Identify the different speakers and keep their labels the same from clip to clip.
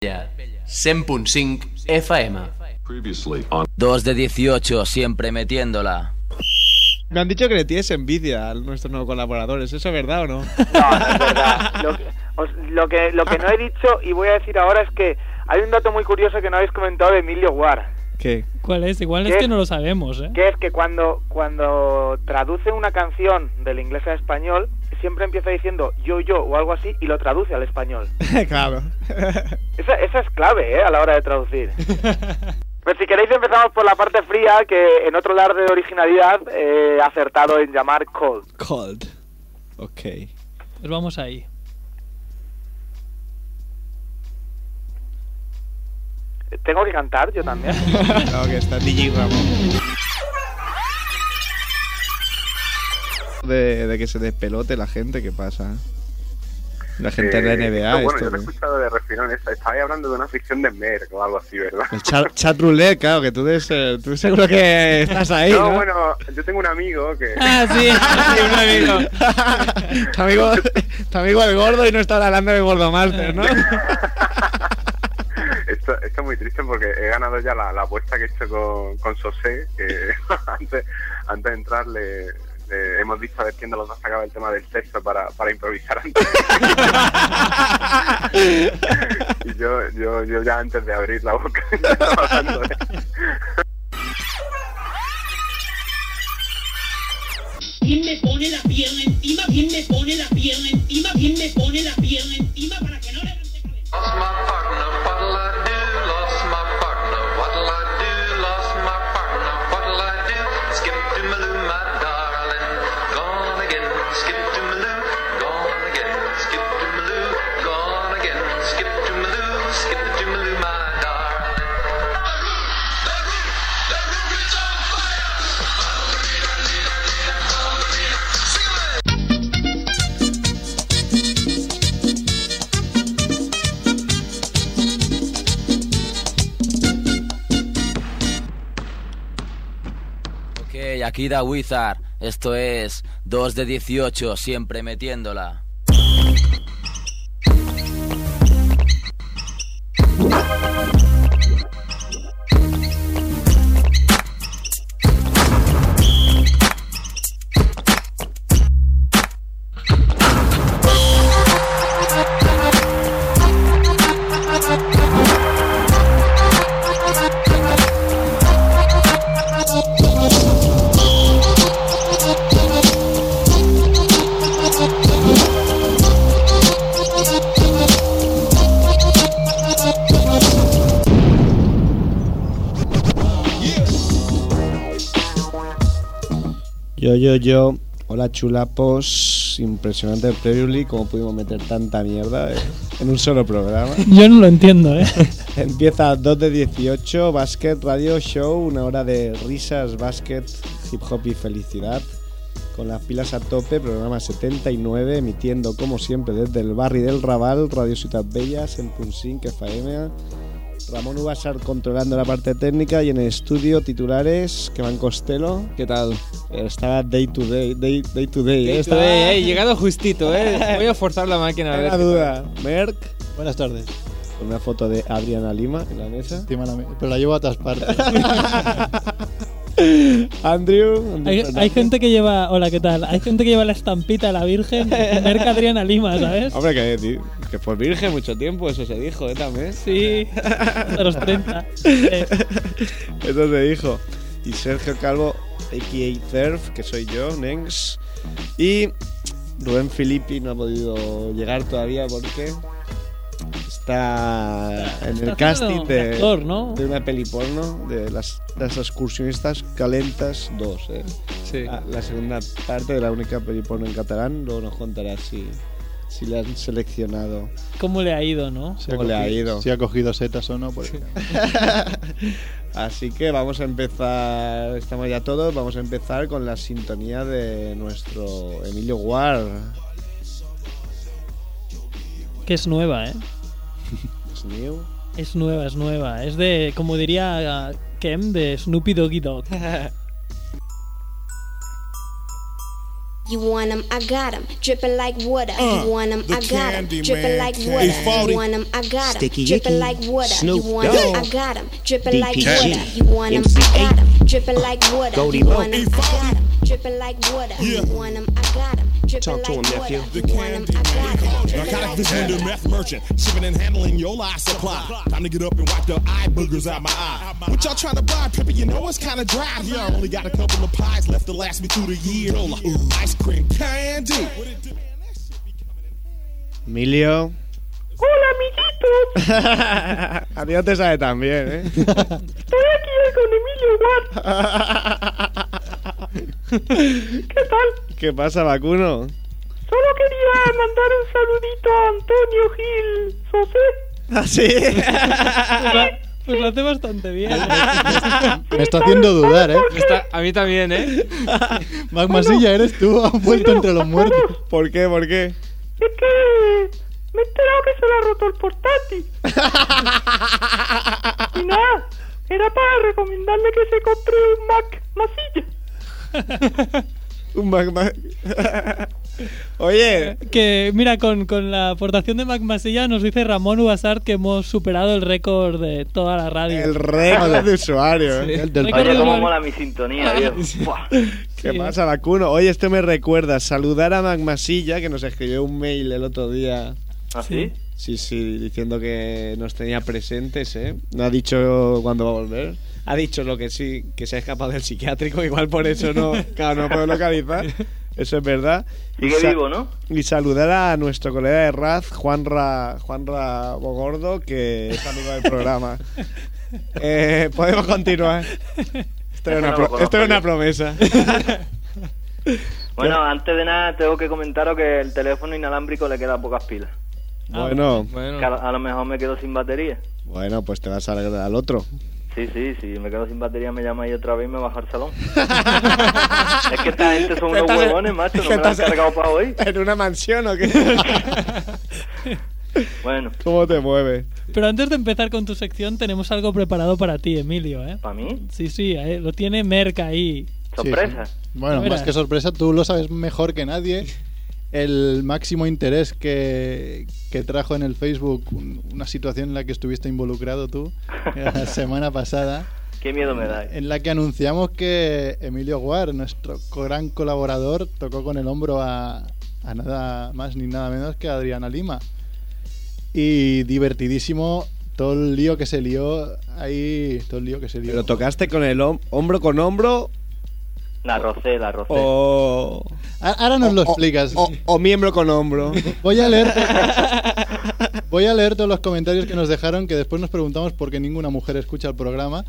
Speaker 1: Vella, 100.5 FM.
Speaker 2: Previously on
Speaker 3: 2 de 18, siempre metiéndola.
Speaker 4: Me han dicho que le tienes envidia a nuestros nuevos colaboradores. ¿Eso es verdad o no?
Speaker 5: No, no es verdad. Lo que, os- lo, que, lo que no he dicho y voy a decir ahora es que hay un dato muy curioso que no habéis comentado de Emilio Guar,
Speaker 4: ¿Qué?
Speaker 6: ¿Cuál es? Igual es
Speaker 5: ¿Qué?
Speaker 6: que no lo sabemos, ¿eh?
Speaker 5: que es que cuando, cuando traduce una canción del inglés al español, siempre empieza diciendo yo, yo o algo así y lo traduce al español.
Speaker 4: claro.
Speaker 5: Esa, esa es clave, ¿eh? A la hora de traducir. Pero si queréis empezamos por la parte fría, que en otro lugar de originalidad eh, he acertado en llamar cold.
Speaker 4: Cold. Ok.
Speaker 6: Pues vamos ahí.
Speaker 5: ¿Tengo que cantar yo también?
Speaker 4: Claro que está DJ Ramón. De, de que se despelote la gente, ¿qué pasa? La gente de la
Speaker 7: Eh,
Speaker 4: NBA,
Speaker 7: no, bueno,
Speaker 4: esto.
Speaker 7: yo te
Speaker 4: ¿no?
Speaker 7: he escuchado de refilón esta. Estabais hablando de una ficción de Merck o algo así, ¿verdad?
Speaker 4: El chat, chat roulette, claro, que tú, des, eh, tú seguro que estás ahí.
Speaker 7: no,
Speaker 4: No,
Speaker 7: bueno, yo tengo un amigo que.
Speaker 6: Ah, sí, sí, un amigo.
Speaker 4: tu, amigo, tu amigo el gordo y no está hablando de Gordo Master, ¿no?
Speaker 7: esto, esto es muy triste porque he ganado ya la, la apuesta que he hecho con, con Sosé. Que antes, antes de entrar le, le hemos dicho a ver quién de los dos sacaba el tema del sexo para, para improvisar antes. y yo, yo, yo ya antes de abrir la boca estaba hablando de-
Speaker 8: ¿Quién me pone la pierna encima? ¿Quién me pone la pierna encima? ¿Quién me pone la pierna encima para que no levante cabeza?
Speaker 3: Ok, aquí da Wizard. Esto es 2 de 18, siempre metiéndola.
Speaker 9: Yo, yo, yo. Hola, chulapos. Impresionante el Previously, cómo pudimos meter tanta mierda eh, en un solo programa.
Speaker 6: Yo no lo entiendo, ¿eh?
Speaker 9: Empieza 2 de 18, Basket Radio Show, una hora de risas, basket, hip hop y felicidad. Con las pilas a tope, programa 79, emitiendo como siempre desde el barrio del Raval, Radio Ciudad Bellas, en Punsinque FM. Ramón Ubasar controlando la parte técnica y en el estudio titulares, que van Costello.
Speaker 4: ¿Qué tal?
Speaker 9: Estaba day to day, day, day to day, eh, estaba-
Speaker 4: llegado justito, ¿eh? Voy a forzar la máquina
Speaker 9: Tengo una duda. Merck,
Speaker 10: Buenas tardes.
Speaker 9: con una foto de Adriana Lima en la mesa.
Speaker 10: Encima la me- Pero la llevo a todas partes.
Speaker 9: Andrew, Andrew
Speaker 6: Hay, hay
Speaker 9: Fernández.
Speaker 6: gente que lleva. Hola, ¿qué tal? Hay gente que lleva la estampita de la Virgen merca Adriana Lima, ¿sabes?
Speaker 9: Hombre, que, tío, que fue virgen mucho tiempo, eso se dijo, ¿eh? También.
Speaker 6: Sí, a los 30. Eh,
Speaker 9: Eso se dijo. Y Sergio Calvo, a.k.a. Cerf, que soy yo, Nengs. Y Rubén Filippi no ha podido llegar todavía porque está en el
Speaker 6: haciendo
Speaker 9: casting
Speaker 6: de
Speaker 9: de,
Speaker 6: actor, ¿no?
Speaker 9: de una peli porno de las, las excursionistas calentas 2, ¿eh?
Speaker 4: Sí.
Speaker 9: Ah, la segunda parte de la única película en catalán, luego nos contarás si, si le han seleccionado.
Speaker 6: ¿Cómo le ha ido, no?
Speaker 10: Si
Speaker 9: ¿Cómo le ha
Speaker 10: cogido-
Speaker 9: ido?
Speaker 10: Si ha cogido setas o no. Pues,
Speaker 9: Así que vamos a empezar, estamos ya todos, vamos a empezar con la sintonía de nuestro Emilio Guar.
Speaker 6: Que es nueva, ¿eh?
Speaker 9: Es new.
Speaker 6: Es nueva, es nueva. Es de, como diría eh, Pues Kem, de Snoopy Doggy Dog.
Speaker 2: You want 'em, I got 'em. Drippin' like water. you
Speaker 11: Uh,
Speaker 2: want 'em,
Speaker 11: the
Speaker 2: I got 'em.
Speaker 11: Candy
Speaker 2: Drippin'
Speaker 11: Man.
Speaker 2: like
Speaker 11: Candy
Speaker 2: water.
Speaker 11: Forty.
Speaker 2: You want 'em, I got 'em.
Speaker 11: Sticky
Speaker 2: Drippin'
Speaker 11: Icky.
Speaker 2: like water.
Speaker 11: Snoop
Speaker 2: you want 'em,
Speaker 11: Dogg.
Speaker 2: I got 'em. Drippin' like
Speaker 11: DPG.
Speaker 2: water. You want 'em, I
Speaker 11: MC8.
Speaker 2: got 'em. Drippin' like water.
Speaker 11: Uh, Goldie
Speaker 2: you
Speaker 11: Moe.
Speaker 2: want 'em, I got 'em. Drippin' like water. You want 'em, I got 'em. Drippin'
Speaker 11: Talk
Speaker 2: like
Speaker 11: to him, nephew.
Speaker 2: water.
Speaker 11: The
Speaker 2: You want 'em, I got 'em.
Speaker 11: Narcotic
Speaker 2: Drippin'
Speaker 11: visitor,
Speaker 2: like
Speaker 11: meth merchant, shipping and handling your life supply. Time to get up and wipe the eye boogers out my eye. What y'all trying to buy, Pippa? You know it's kind of dry. Here I only got a couple of pies left to last me through the year. Ooh, ice cream candy.
Speaker 9: Emilio.
Speaker 12: Hola, amiguitos.
Speaker 9: A ti no te sabe tan bien, ¿eh?
Speaker 12: Estoy aquí hoy con Emilio Watt. ¿Qué tal?
Speaker 9: ¿Qué pasa, vacuno?
Speaker 12: Solo quería mandar un saludito a Antonio Gil Sosé.
Speaker 9: ¿Ah, sí?
Speaker 6: Pues lo hace bastante bien. ¿eh?
Speaker 10: Me está haciendo dudar, ¿eh?
Speaker 4: a mí también, ¿eh?
Speaker 10: Mac Masilla, eres tú, has vuelto entre los muertos.
Speaker 9: ¿Por qué? ¿Por qué?
Speaker 12: Es que me he enterado que se le ha roto el portátil. y nada, era para recomendarle que se compre un Mac Masilla.
Speaker 9: Un magma. Oye.
Speaker 6: Que mira, con, con la aportación de Mac Masilla nos dice Ramón Ubasart que hemos superado el récord de toda la radio.
Speaker 9: El récord de usuario, ¿eh? El del
Speaker 13: Oye,
Speaker 9: programa.
Speaker 13: cómo mola mi sintonía, tío. Buah.
Speaker 9: ¿Qué pasa, vacuno? Oye, esto me recuerda saludar a Magmasilla, que nos escribió un mail el otro día.
Speaker 13: ¿Ah, sí?
Speaker 9: Sí, sí, diciendo que nos tenía presentes, ¿eh? No ha dicho cuándo va a volver. Ha dicho lo que sí, que se ha escapado del psiquiátrico, igual por eso no, claro, no puedo localizar. Eso es verdad. Y
Speaker 13: Sigue
Speaker 9: sa-
Speaker 13: vivo, ¿no?
Speaker 9: Y saludar a nuestro colega de Raz, Juanra, Juanra Bogordo, que es amigo del programa. Eh, podemos continuar. Esto era
Speaker 13: Eso
Speaker 9: una,
Speaker 13: no
Speaker 9: pro-
Speaker 13: lo conozco
Speaker 9: esto era una
Speaker 13: yo.
Speaker 9: promesa.
Speaker 13: Bueno, antes de nada tengo que comentaros que el teléfono inalámbrico le queda pocas pilas. Ah,
Speaker 9: Bueno,
Speaker 13: Que a, lo- a lo mejor me quedo sin batería.
Speaker 9: bueno, pues te vas a al al otro.
Speaker 13: Sí, sí, sí, me quedo sin batería, me llamáis otra vez y me baja al salón. es que esta gente son unos
Speaker 9: Estás-
Speaker 13: huevones, macho, no me lo han
Speaker 9: estás-
Speaker 13: cargado para hoy.
Speaker 9: ¿En una mansión o qué?
Speaker 13: Bueno.
Speaker 9: ¿Cómo te mueves?
Speaker 6: Pero antes de empezar con tu sección, tenemos algo preparado para ti, Emilio, ¿eh?
Speaker 13: ¿Para mí?
Speaker 6: Sí, sí, eh, lo tiene Merca ahí.
Speaker 13: Sorpresa.
Speaker 10: Bueno,
Speaker 6: Mira.
Speaker 10: más que sorpresa, tú lo sabes mejor que nadie. El máximo interés que, que trajo en el Facebook un- una situación en la que estuviste involucrado tú la semana pasada,
Speaker 13: Qué miedo me da.
Speaker 10: en la que anunciamos que Emilio Guar, nuestro gran colaborador, tocó con el hombro a, a nada más ni nada menos que a Adriana Lima. Y divertidísimo todo el lío que se lió ahí, todo el lío que se lió.
Speaker 9: ¿Pero tocaste con el hom- hombro con hombro
Speaker 13: La rocé, la rocé.
Speaker 9: Oh, o.
Speaker 10: Ah, Ahora
Speaker 14: Oh,
Speaker 10: nos lo explicas.
Speaker 9: O, o miembro con hombro.
Speaker 10: Voy a leer. Voy a leer todos los comentarios que nos dejaron, que después nos preguntamos por qué ninguna mujer escucha el programa.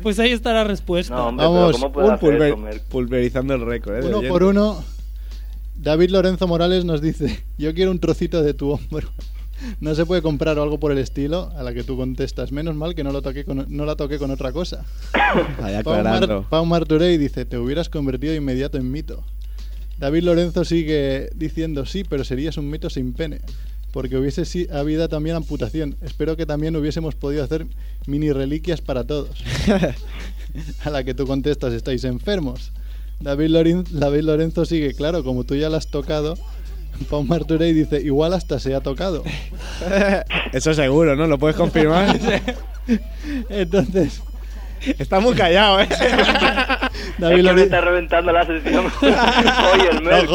Speaker 6: Pues ahí está la respuesta.
Speaker 13: No,
Speaker 10: hombre, pero Vamos, ¿cómo puede
Speaker 9: un
Speaker 10: hacer
Speaker 9: pulver-
Speaker 10: eso,
Speaker 9: pulverizando el récord. ¿eh? de
Speaker 10: Uno
Speaker 9: oyentes.
Speaker 10: por uno. David Lorenzo Morales nos dice: Yo quiero un trocito de tu hombro. No se puede comprar o algo por el estilo, a la que tú contestas. Menos mal que no, lo toqué con, no la toqué con otra cosa.
Speaker 9: Vaya
Speaker 10: Pau, Mar-
Speaker 9: aclarando.
Speaker 10: Pau Marturey dice, te hubieras convertido de inmediato en mito. David Lorenzo sigue diciendo, sí, pero serías un mito sin pene, porque hubiese si- habido también amputación. Espero que también hubiésemos podido hacer mini reliquias para todos. A la que tú contestas, estáis enfermos. David, Lorin- David Lorenzo sigue, claro, como tú ya la has tocado. Pau Marturey dice, igual hasta se ha tocado.
Speaker 9: Eso seguro, ¿no? ¿Lo puedes confirmar?
Speaker 10: Entonces.
Speaker 9: Está muy callado, ¿eh?
Speaker 13: es que me está reventando la sesión. Oye, el Merck.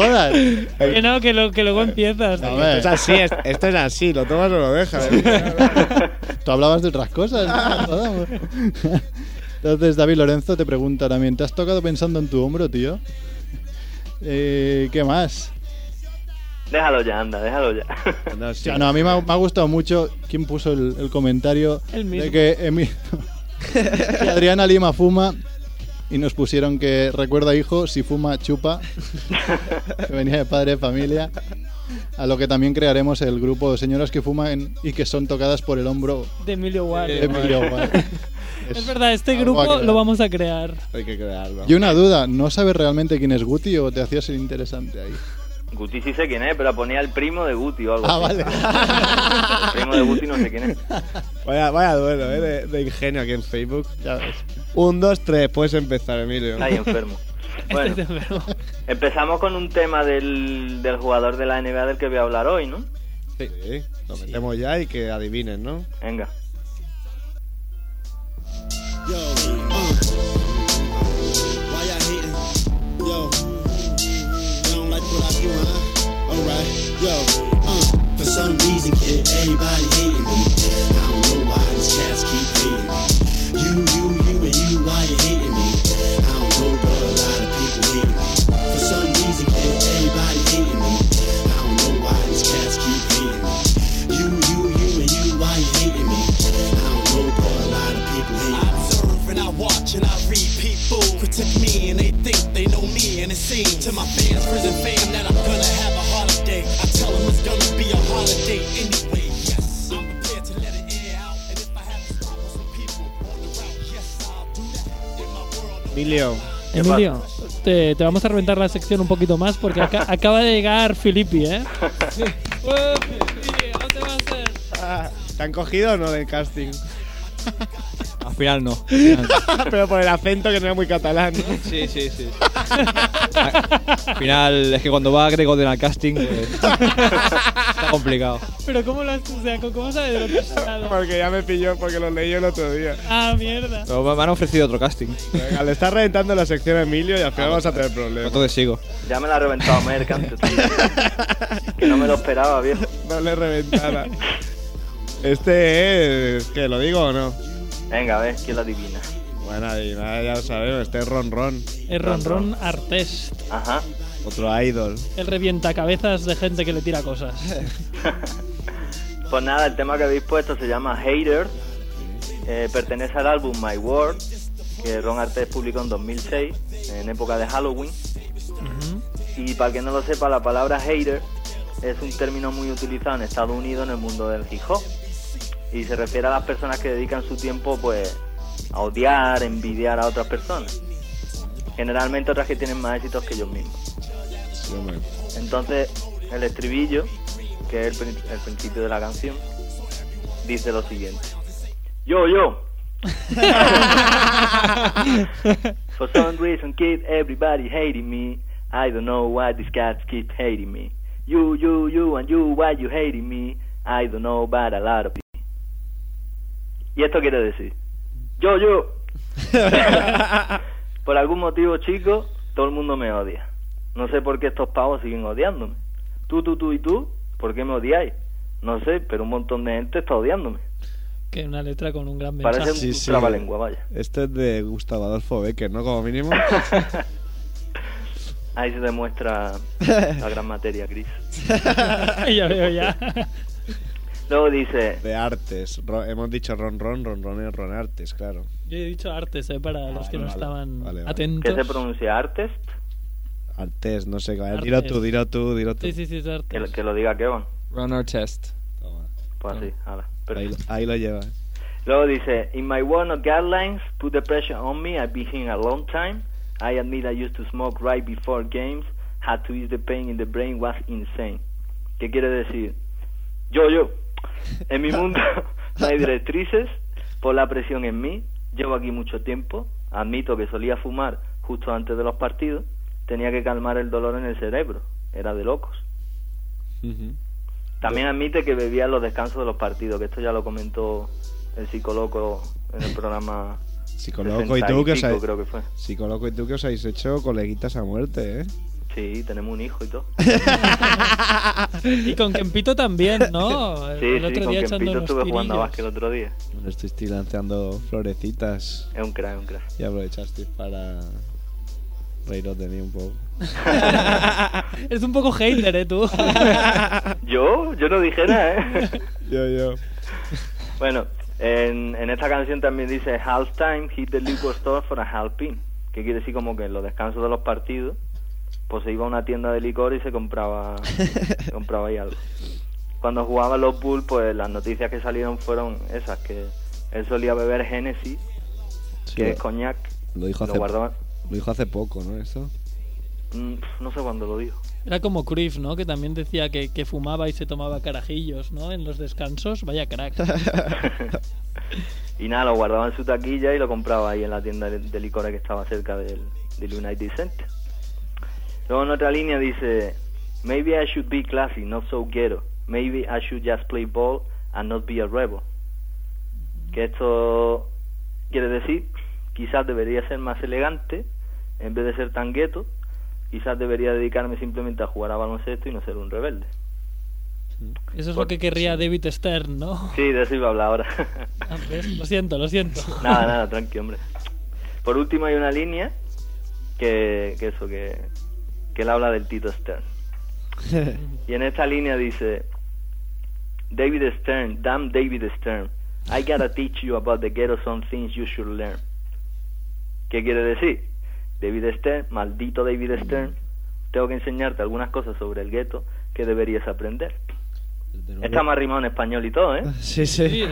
Speaker 6: Que no, que, lo, que luego empiezas.
Speaker 9: Esto es así, es- esto es así. Lo tomas o lo dejas.
Speaker 10: Tú hablabas de otras cosas. ¿no? Joder, amor. Entonces, David Lorenzo te pregunta también: ¿te has tocado pensando en tu hombro, tío? Eh, ¿Qué más?
Speaker 13: Déjalo ya, anda, déjalo ya.
Speaker 10: O sea, no, a mí me ha, me ha gustado mucho quién puso el, el comentario
Speaker 13: El mismo.
Speaker 10: de que, Emi- que Adriana Lima fuma y nos pusieron que recuerda hijo, si fuma, chupa. que venía de padre de familia. A lo que también crearemos el grupo de señoras que fuman y que son tocadas por el hombro
Speaker 6: De Emilio Ward.
Speaker 10: de Emilio Guar.
Speaker 6: Es verdad, este
Speaker 10: algo a
Speaker 6: grupo
Speaker 10: crear.
Speaker 6: lo vamos a crear.
Speaker 9: Hay que crearlo.
Speaker 10: Y una duda, ¿no sabes realmente quién es Guti o te hacías el interesante ahí?
Speaker 13: Guti sí sé quién es, pero ponía el primo de Guti o algo
Speaker 10: Ah,
Speaker 13: así.
Speaker 10: vale.
Speaker 9: Ah.
Speaker 13: El primo de Guti no sé quién es.
Speaker 9: Vaya, vaya duelo, ¿eh? De, de ingenio aquí en Facebook.
Speaker 10: Ya ves.
Speaker 9: Un, dos, tres. Puedes empezar, Emilio.
Speaker 13: Ay, enfermo. Bueno,
Speaker 6: Este
Speaker 13: empezamos con un tema del, del jugador de la NBA del que voy a hablar hoy, ¿no?
Speaker 9: Sí. Lo metemos ya y que adivinen, ¿no?
Speaker 13: Venga.
Speaker 11: Yo, uh, why y'all hating? Yo, you don't like what I do, huh? Alright, yo, uh, for some reason, kid, everybody hating me. I don't know why these cats keep hating me. You, you, you, and you, why you hating me? I don't know, but a lot of people hating me. For some reason, kid, everybody hating me. I don't know why these cats keep hating me. You, you, you, and you, why you hating me? I don't know, but a lot of people hating me.
Speaker 15: observe and I watch and I read people critique me and they think they know me and it seems to my fans, prison fam, that I'm gonna have a holiday. I tell them it's gonna be a holiday anyway. Yes, I'm prepared to let it air out, and if I have to stop with some people on the route, yes, I'll do that.
Speaker 9: Emilio.
Speaker 6: Emilio, te, te vamos a reventar la sección un poquito más porque aca- acaba de llegar Filippi, ¿eh?
Speaker 9: Ah, ¿Te han cogido o no del casting?
Speaker 14: Al final no.
Speaker 9: Pero por el acento que no es muy catalán.
Speaker 14: Sí, sí, sí. Al final es que cuando va Grego al casting pues, está complicado.
Speaker 6: Pero ¿cómo lo has, o sea, ¿cómo sabes de lo que has hablado?
Speaker 9: Porque ya me pilló, porque lo leí el otro día.
Speaker 6: Ah, mierda.
Speaker 9: Oh.
Speaker 14: Pero me me han ofrecido otro casting.
Speaker 9: Venga, le está reventando la sección a Emilio y al final vamos a tener problemas.
Speaker 14: Entonces sigo.
Speaker 13: Ya me la ha reventado Merck antes, tío. Que no me lo esperaba, viejo.
Speaker 9: No le reventara. Este es. ¿Que lo digo o no?
Speaker 13: Venga, a ver, ¿quién lo adivina?
Speaker 9: Bueno, y nada, ya lo sabemos, este es Ron Ron.
Speaker 6: El Ronron Artés,
Speaker 13: Ajá.
Speaker 9: Otro idol.
Speaker 6: el revientacabezas de gente que le tira cosas.
Speaker 13: Pues nada, el tema que habéis puesto se llama Hater. Eh, pertenece al álbum My World, que Ron Artes publicó en 2006, en época de Halloween. Y para el que no lo sepa, la palabra hater es un término muy utilizado en Estados Unidos en el mundo del hip hop. Y se refiere a las personas que dedican su tiempo pues a odiar, envidiar a otras personas. Generalmente otras que tienen más éxitos que ellos mismos. Entonces, el estribillo, que es el, prin- el principio de la canción, dice lo siguiente. Yo, yo. For some reason, kid, everybody hating me. I don't know why these cats keep hating me. You, you, you, and you, why you hating me? I don't know, but a lot of people. Y esto quiere decir, yo, yo. por algún motivo, chicos, todo el mundo me odia. No sé por qué estos pavos siguen odiándome. Tú, tú, tú y tú, ¿por qué me odiáis? No sé, pero un montón de gente está odiándome.
Speaker 6: que una letra con un gran mensaje.
Speaker 13: Parece un trabalengua, vaya.
Speaker 9: Este es de Gustavo Adolfo Becker, ¿no? Como mínimo.
Speaker 13: Ahí se demuestra la gran materia gris.
Speaker 6: ya veo, ya.
Speaker 13: Luego dice...
Speaker 9: De artes. Ro- hemos dicho Ron Ron, Ron Ron es Ron Artes, claro.
Speaker 6: Yo he dicho artes, ¿eh? Para los que no estaban
Speaker 9: Ah, vale.
Speaker 6: atentos.
Speaker 13: ¿Qué se pronuncia? ¿Artes?
Speaker 9: Artes, no sé.
Speaker 6: Artes.
Speaker 9: Dilo tú, dilo tú, dilo tú.
Speaker 6: Sí, sí, sí, es
Speaker 13: Que,
Speaker 6: artes.
Speaker 13: lo- que lo diga Kevin.
Speaker 14: Runner test.
Speaker 13: Pues así, ahora.
Speaker 9: Ahí, ahí lo lleva.
Speaker 13: Luego dice, in my one of guidelines, put the pressure on me. I've been here a long time. I admit I used to smoke right before games. Had to ease the pain in the brain was insane. ¿Qué quiere decir? Yo, yo. En mi mundo no hay directrices por la presión en mí. Llevo aquí mucho tiempo. Admito que solía fumar justo antes de los partidos. Tenía que calmar el dolor en el cerebro. Era de locos. También admite que bebía en los descansos de los partidos, que esto ya lo comentó el psicólogo en el programa.
Speaker 9: Psicoloco y
Speaker 13: 60
Speaker 9: tú que os
Speaker 13: pico,
Speaker 9: habéis.
Speaker 13: creo que fue.
Speaker 9: Psicoloco y tú que os habéis hecho coleguitas a muerte, ¿eh?
Speaker 13: Sí, tenemos un hijo y todo.
Speaker 6: Y con Kempito también, ¿no? El,
Speaker 13: Sí,
Speaker 6: el
Speaker 13: sí,
Speaker 6: otro
Speaker 13: con
Speaker 6: día echando
Speaker 13: Kempito
Speaker 6: unos
Speaker 13: estuve jugando a
Speaker 6: tirillos.
Speaker 13: básquet el otro día.
Speaker 9: Le estoy, estoy lanzando florecitas.
Speaker 13: Es un crack, es un crack.
Speaker 9: Y aprovechasteis para reíros de mí un poco.
Speaker 6: Eres un poco hater, ¿eh? Tú.
Speaker 13: ¿Yo? Yo no dije nada, ¿eh?
Speaker 9: yo, yo.
Speaker 13: Bueno, en, en esta canción también dice halftime hit the liquor store for a half pin, que quiere decir como que en los descansos de los partidos, pues se iba a una tienda de licor y se compraba, se compraba ahí algo. Cuando jugaban los Bulls, pues las noticias que salieron fueron esas, que él solía beber Genesis,
Speaker 9: Sí,
Speaker 13: que
Speaker 9: lo-
Speaker 13: es coñac,
Speaker 9: Lo dijo
Speaker 13: Lo
Speaker 9: hace,
Speaker 13: guardaba.
Speaker 9: lo dijo hace poco, ¿no? Eso.
Speaker 13: Mm, no sé cuándo lo dijo.
Speaker 6: Era como Cruyff, ¿no? Que también decía que, que fumaba y se tomaba carajillos, ¿no? En los descansos. Vaya crack.
Speaker 13: Y nada, lo guardaba en su taquilla y lo compraba ahí en la tienda de, de licores que estaba cerca del, del United Center. Luego en otra línea dice, maybe I should be classy, not so ghetto. Maybe I should just play ball and not be a rebel. Que esto quiere decir, quizás debería ser más elegante en vez de ser tan gueto. Quizás debería dedicarme simplemente a jugar a baloncesto y no ser un rebelde.
Speaker 6: Eso es lo que querría David Stern, ¿no?
Speaker 13: Pues Sí, de eso iba a hablar ahora.
Speaker 6: Ah, ¿ves? Lo siento, lo siento.
Speaker 13: Nada, nada, tranqui, hombre. Por último hay una línea que, que eso, que, que él habla del Tito Stern. Y en esta línea dice, David Stern, damn David Stern, I gotta teach you about the ghetto some things you should learn. ¿Qué quiere decir? David Stern, maldito David Stern, tengo que enseñarte algunas cosas sobre el gueto que deberías aprender. Está más rimado en español y todo, ¿eh?
Speaker 9: Sí, sí.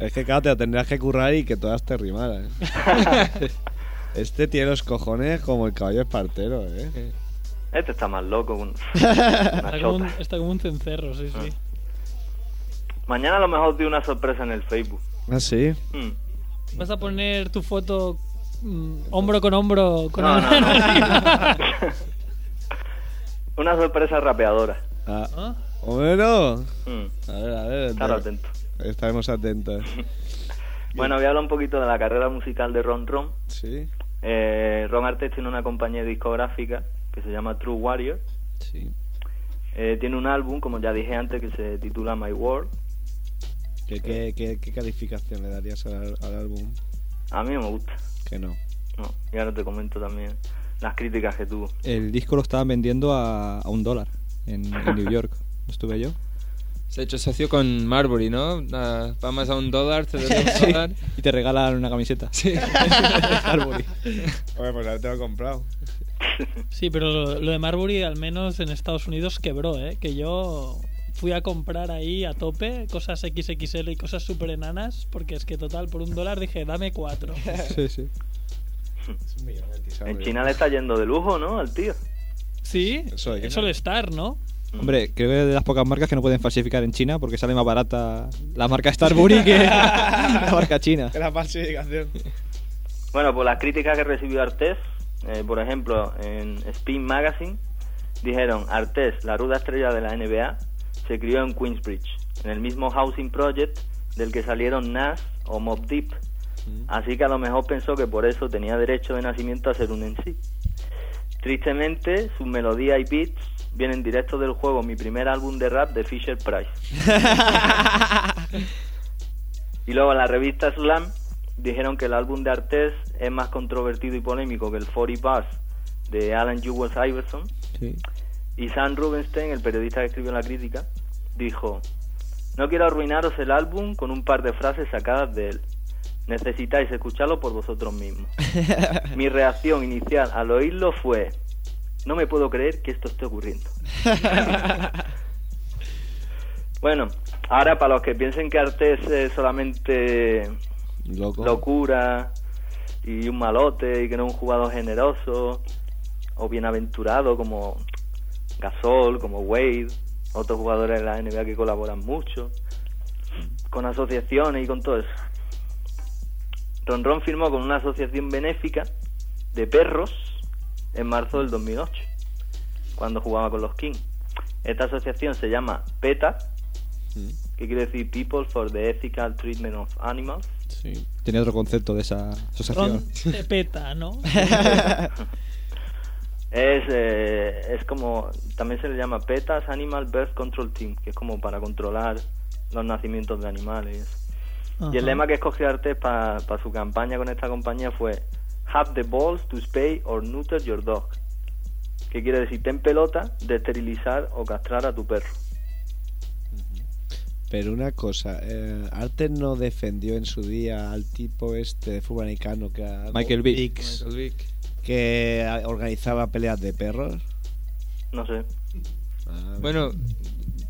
Speaker 9: Es que, claro, te la tendrás que currar y que todas te rimaran. ¿eh? este tiene los cojones como el caballo espartero, ¿eh?
Speaker 13: Este está más loco. un- una
Speaker 6: Está como, un,
Speaker 13: chota. Ah.
Speaker 6: está como un cencerro, sí, sí.
Speaker 13: Mañana a lo mejor doy una sorpresa en el Facebook.
Speaker 9: Ah, sí.
Speaker 13: Mm.
Speaker 6: Vas a poner tu foto mm, hombro con hombro con
Speaker 13: No,
Speaker 6: el
Speaker 13: no, no.
Speaker 6: arriba.
Speaker 13: Una sorpresa rapeadora.
Speaker 9: Ah. Bueno.
Speaker 13: Mm.
Speaker 9: A ver, a ver.
Speaker 13: Estar
Speaker 9: de-
Speaker 13: atento.
Speaker 9: Estaremos atentos.
Speaker 13: Bueno, voy a hablar un poquito de la carrera musical de Ron Ron.
Speaker 9: Sí.
Speaker 13: Eh, Ron Artes tiene una compañía discográfica que se llama True Warrior.
Speaker 9: Sí.
Speaker 13: Eh, tiene un álbum, como ya dije antes, que se titula My World.
Speaker 9: ¿Qué, qué, qué, qué calificación le darías al, al álbum?
Speaker 13: A mí no me gusta.
Speaker 9: Que no.
Speaker 13: No, y ahora te comento también las críticas que tuvo.
Speaker 14: El disco lo estaban vendiendo a, a un dólar en, en New York. ¿No estuve yo?
Speaker 16: Se ha hecho socio con Marbury, ¿no? Nada, Vamos a un dólar, te doy
Speaker 14: Sí.
Speaker 16: un dólar.
Speaker 14: Y te regalan una camiseta. Sí. Marbury.
Speaker 9: Hombre, pues ahora te lo he comprado.
Speaker 6: Sí, pero lo, lo de Marbury al menos en Estados Unidos quebró, ¿eh? Que yo fui a comprar ahí a tope cosas XXL y cosas super enanas porque es que total, por un dólar dije, dame cuatro.
Speaker 14: Sí, sí.
Speaker 13: En China le está yendo de lujo, ¿no? Al tío.
Speaker 6: Sí, eso, el Star, ¿no?
Speaker 14: Hombre, creo que es de las pocas marcas que no pueden falsificar en China porque sale más barata la marca Starbury que la marca china.
Speaker 9: la falsificación.
Speaker 13: Bueno, por las críticas que recibió Artés, eh, por ejemplo, en Spin Magazine, dijeron, Artés, la ruda estrella de la NBA, se crió en Queensbridge, en el mismo Housing Project del que salieron Nas o Mob Deep. Así que a lo mejor pensó que por eso tenía derecho de nacimiento a ser un MC. Tristemente, sus melodías y beats vienen directos del juego Mi primer álbum de rap de Fisher Price. y luego en la revista Slam dijeron que el álbum de Artés es más controvertido y polémico que el 40 Buzz de Alan Jewels Iverson.
Speaker 14: Sí.
Speaker 13: Y Sam Rubinstein, el periodista que escribió la crítica, dijo: No quiero arruinaros el álbum con un par de frases sacadas de él. Necesitáis escucharlo por vosotros mismos. Mi reacción inicial al oírlo fue: No me puedo creer que esto esté ocurriendo. bueno, ahora para los que piensen que Artés es solamente
Speaker 9: Loco.
Speaker 13: locura y un malote y que no es un jugador generoso o bienaventurado como Gasol, como Wade, otros jugadores de la NBA que colaboran mucho con asociaciones y con todo eso. Ron Ron firmó con una asociación benéfica de perros en marzo del 2008, cuando jugaba con los Kings. Esta asociación se llama PETA, que quiere decir People for the Ethical Treatment of Animals.
Speaker 14: Sí. Tenía otro concepto de esa asociación.
Speaker 6: Ron te peta, ¿no?
Speaker 13: Es, eh, es como, también se le llama PETAS Animal Birth Control Team, que es como para controlar los nacimientos de animales. y eso. Y el
Speaker 6: Ajá.
Speaker 13: lema que escogió Artes para su campaña con esta compañía fue Have the balls to spay or neuter your dog. Que quiere decir, ten pelota de esterilizar o castrar a tu perro.
Speaker 9: Pero una cosa, eh, Arte no defendió en su día al tipo este de fútbol americano que era-
Speaker 14: Michael Vick.
Speaker 9: Vicks,
Speaker 16: Michael Vick.
Speaker 9: que eh, organizaba peleas de perros.
Speaker 13: No sé.
Speaker 16: Bueno,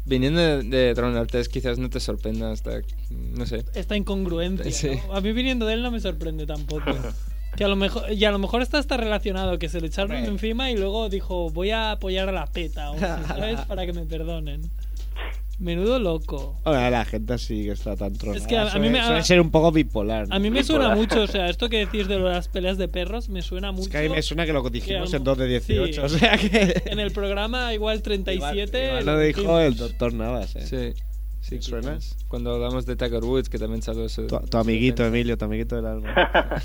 Speaker 16: viniendo de, de Ron Artes, quizás no te sorprenda hasta. No sé.
Speaker 6: Esta incongruencia.
Speaker 16: Sí.
Speaker 6: ¿no? A mí viniendo de él no me sorprende tampoco. Que a lo mejor, y a lo mejor está hasta relacionado, que se le echaron encima y luego dijo, voy a apoyar a la peta, o sea, ¿sabes? Para que me perdonen. Menudo loco.
Speaker 9: Ahora la gente sí que está tan tronada.
Speaker 6: Es que a- a mí
Speaker 9: Suele-
Speaker 6: me- a-
Speaker 9: suele ser un poco bipolar. ¿no?
Speaker 6: A mí me suena mucho, o sea, esto que decís de las peleas de perros me suena mucho.
Speaker 9: que a mí me suena que lo dijimos en 2 de 18,
Speaker 6: sí.
Speaker 9: o sea que-
Speaker 6: En el programa igual 37...
Speaker 9: Igual lo dijo el doctor Navas, ¿eh?
Speaker 16: Sí. Sí, quizás. Cuando hablamos de Tiger Woods, que también salió eso.
Speaker 9: Tu, tu amiguito, Emilio, tu amiguito del alma.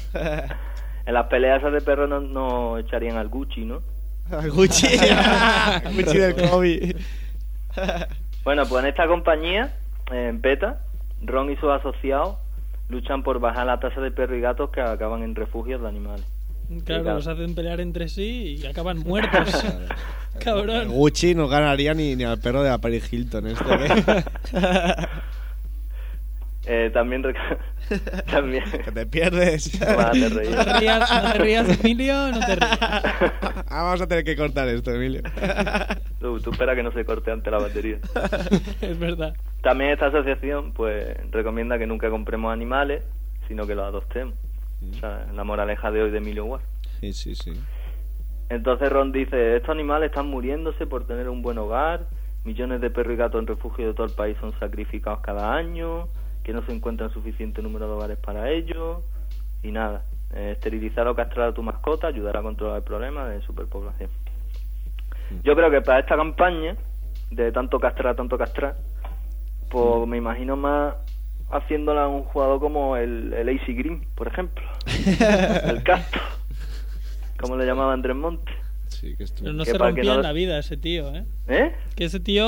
Speaker 13: En las peleas de perro no, no echarían al Gucci, ¿no?
Speaker 9: Al Gucci. Al Gucci del Kobe.
Speaker 13: Bueno, pues en esta compañía, eh, en PETA, Ron y sus asociados luchan por bajar la tasa de perros y gatos que acaban en refugios de animales.
Speaker 6: Claro,
Speaker 13: Claro.
Speaker 6: los hacen pelear entre sí y acaban muertos.
Speaker 9: El
Speaker 6: Cabrón.
Speaker 9: Gucci no ganaría ni, ni al perro de la Paris Hilton. Este, ¿eh?
Speaker 13: Eh, también... rec- también...
Speaker 9: que te pierdes.
Speaker 13: Va, te reí.
Speaker 6: No te rías, no te rías, Emilio, no te rías.
Speaker 9: Ah, vamos a tener que cortar esto, Emilio.
Speaker 13: Tú, tú espera que no se corte ante la batería.
Speaker 6: Es verdad.
Speaker 13: También esta asociación pues recomienda que nunca compremos animales, sino que los adoptemos. O sea, la moraleja de hoy de Emilio Ward.
Speaker 9: Sí, sí, sí.
Speaker 13: Entonces Ron dice, estos animales están muriéndose por tener un buen hogar, millones de perros y gatos en refugio de todo el país son sacrificados cada año, que no se encuentran suficiente número de hogares para ellos, y nada, eh, esterilizar o castrar a tu mascota ayudará a controlar el problema de superpoblación. Yo creo que para esta campaña, de tanto castrar, tanto castrar, pues me imagino más haciéndola un jugador como el, el AC Green, por ejemplo, el Castro, como le llamaba Andrés Monte.
Speaker 9: Sí, que
Speaker 6: Pero no
Speaker 13: Que
Speaker 6: se
Speaker 13: para que
Speaker 6: rompía
Speaker 13: no-
Speaker 6: en la vida ese tío, ¿eh?
Speaker 13: ¿Eh?
Speaker 6: Que ese tío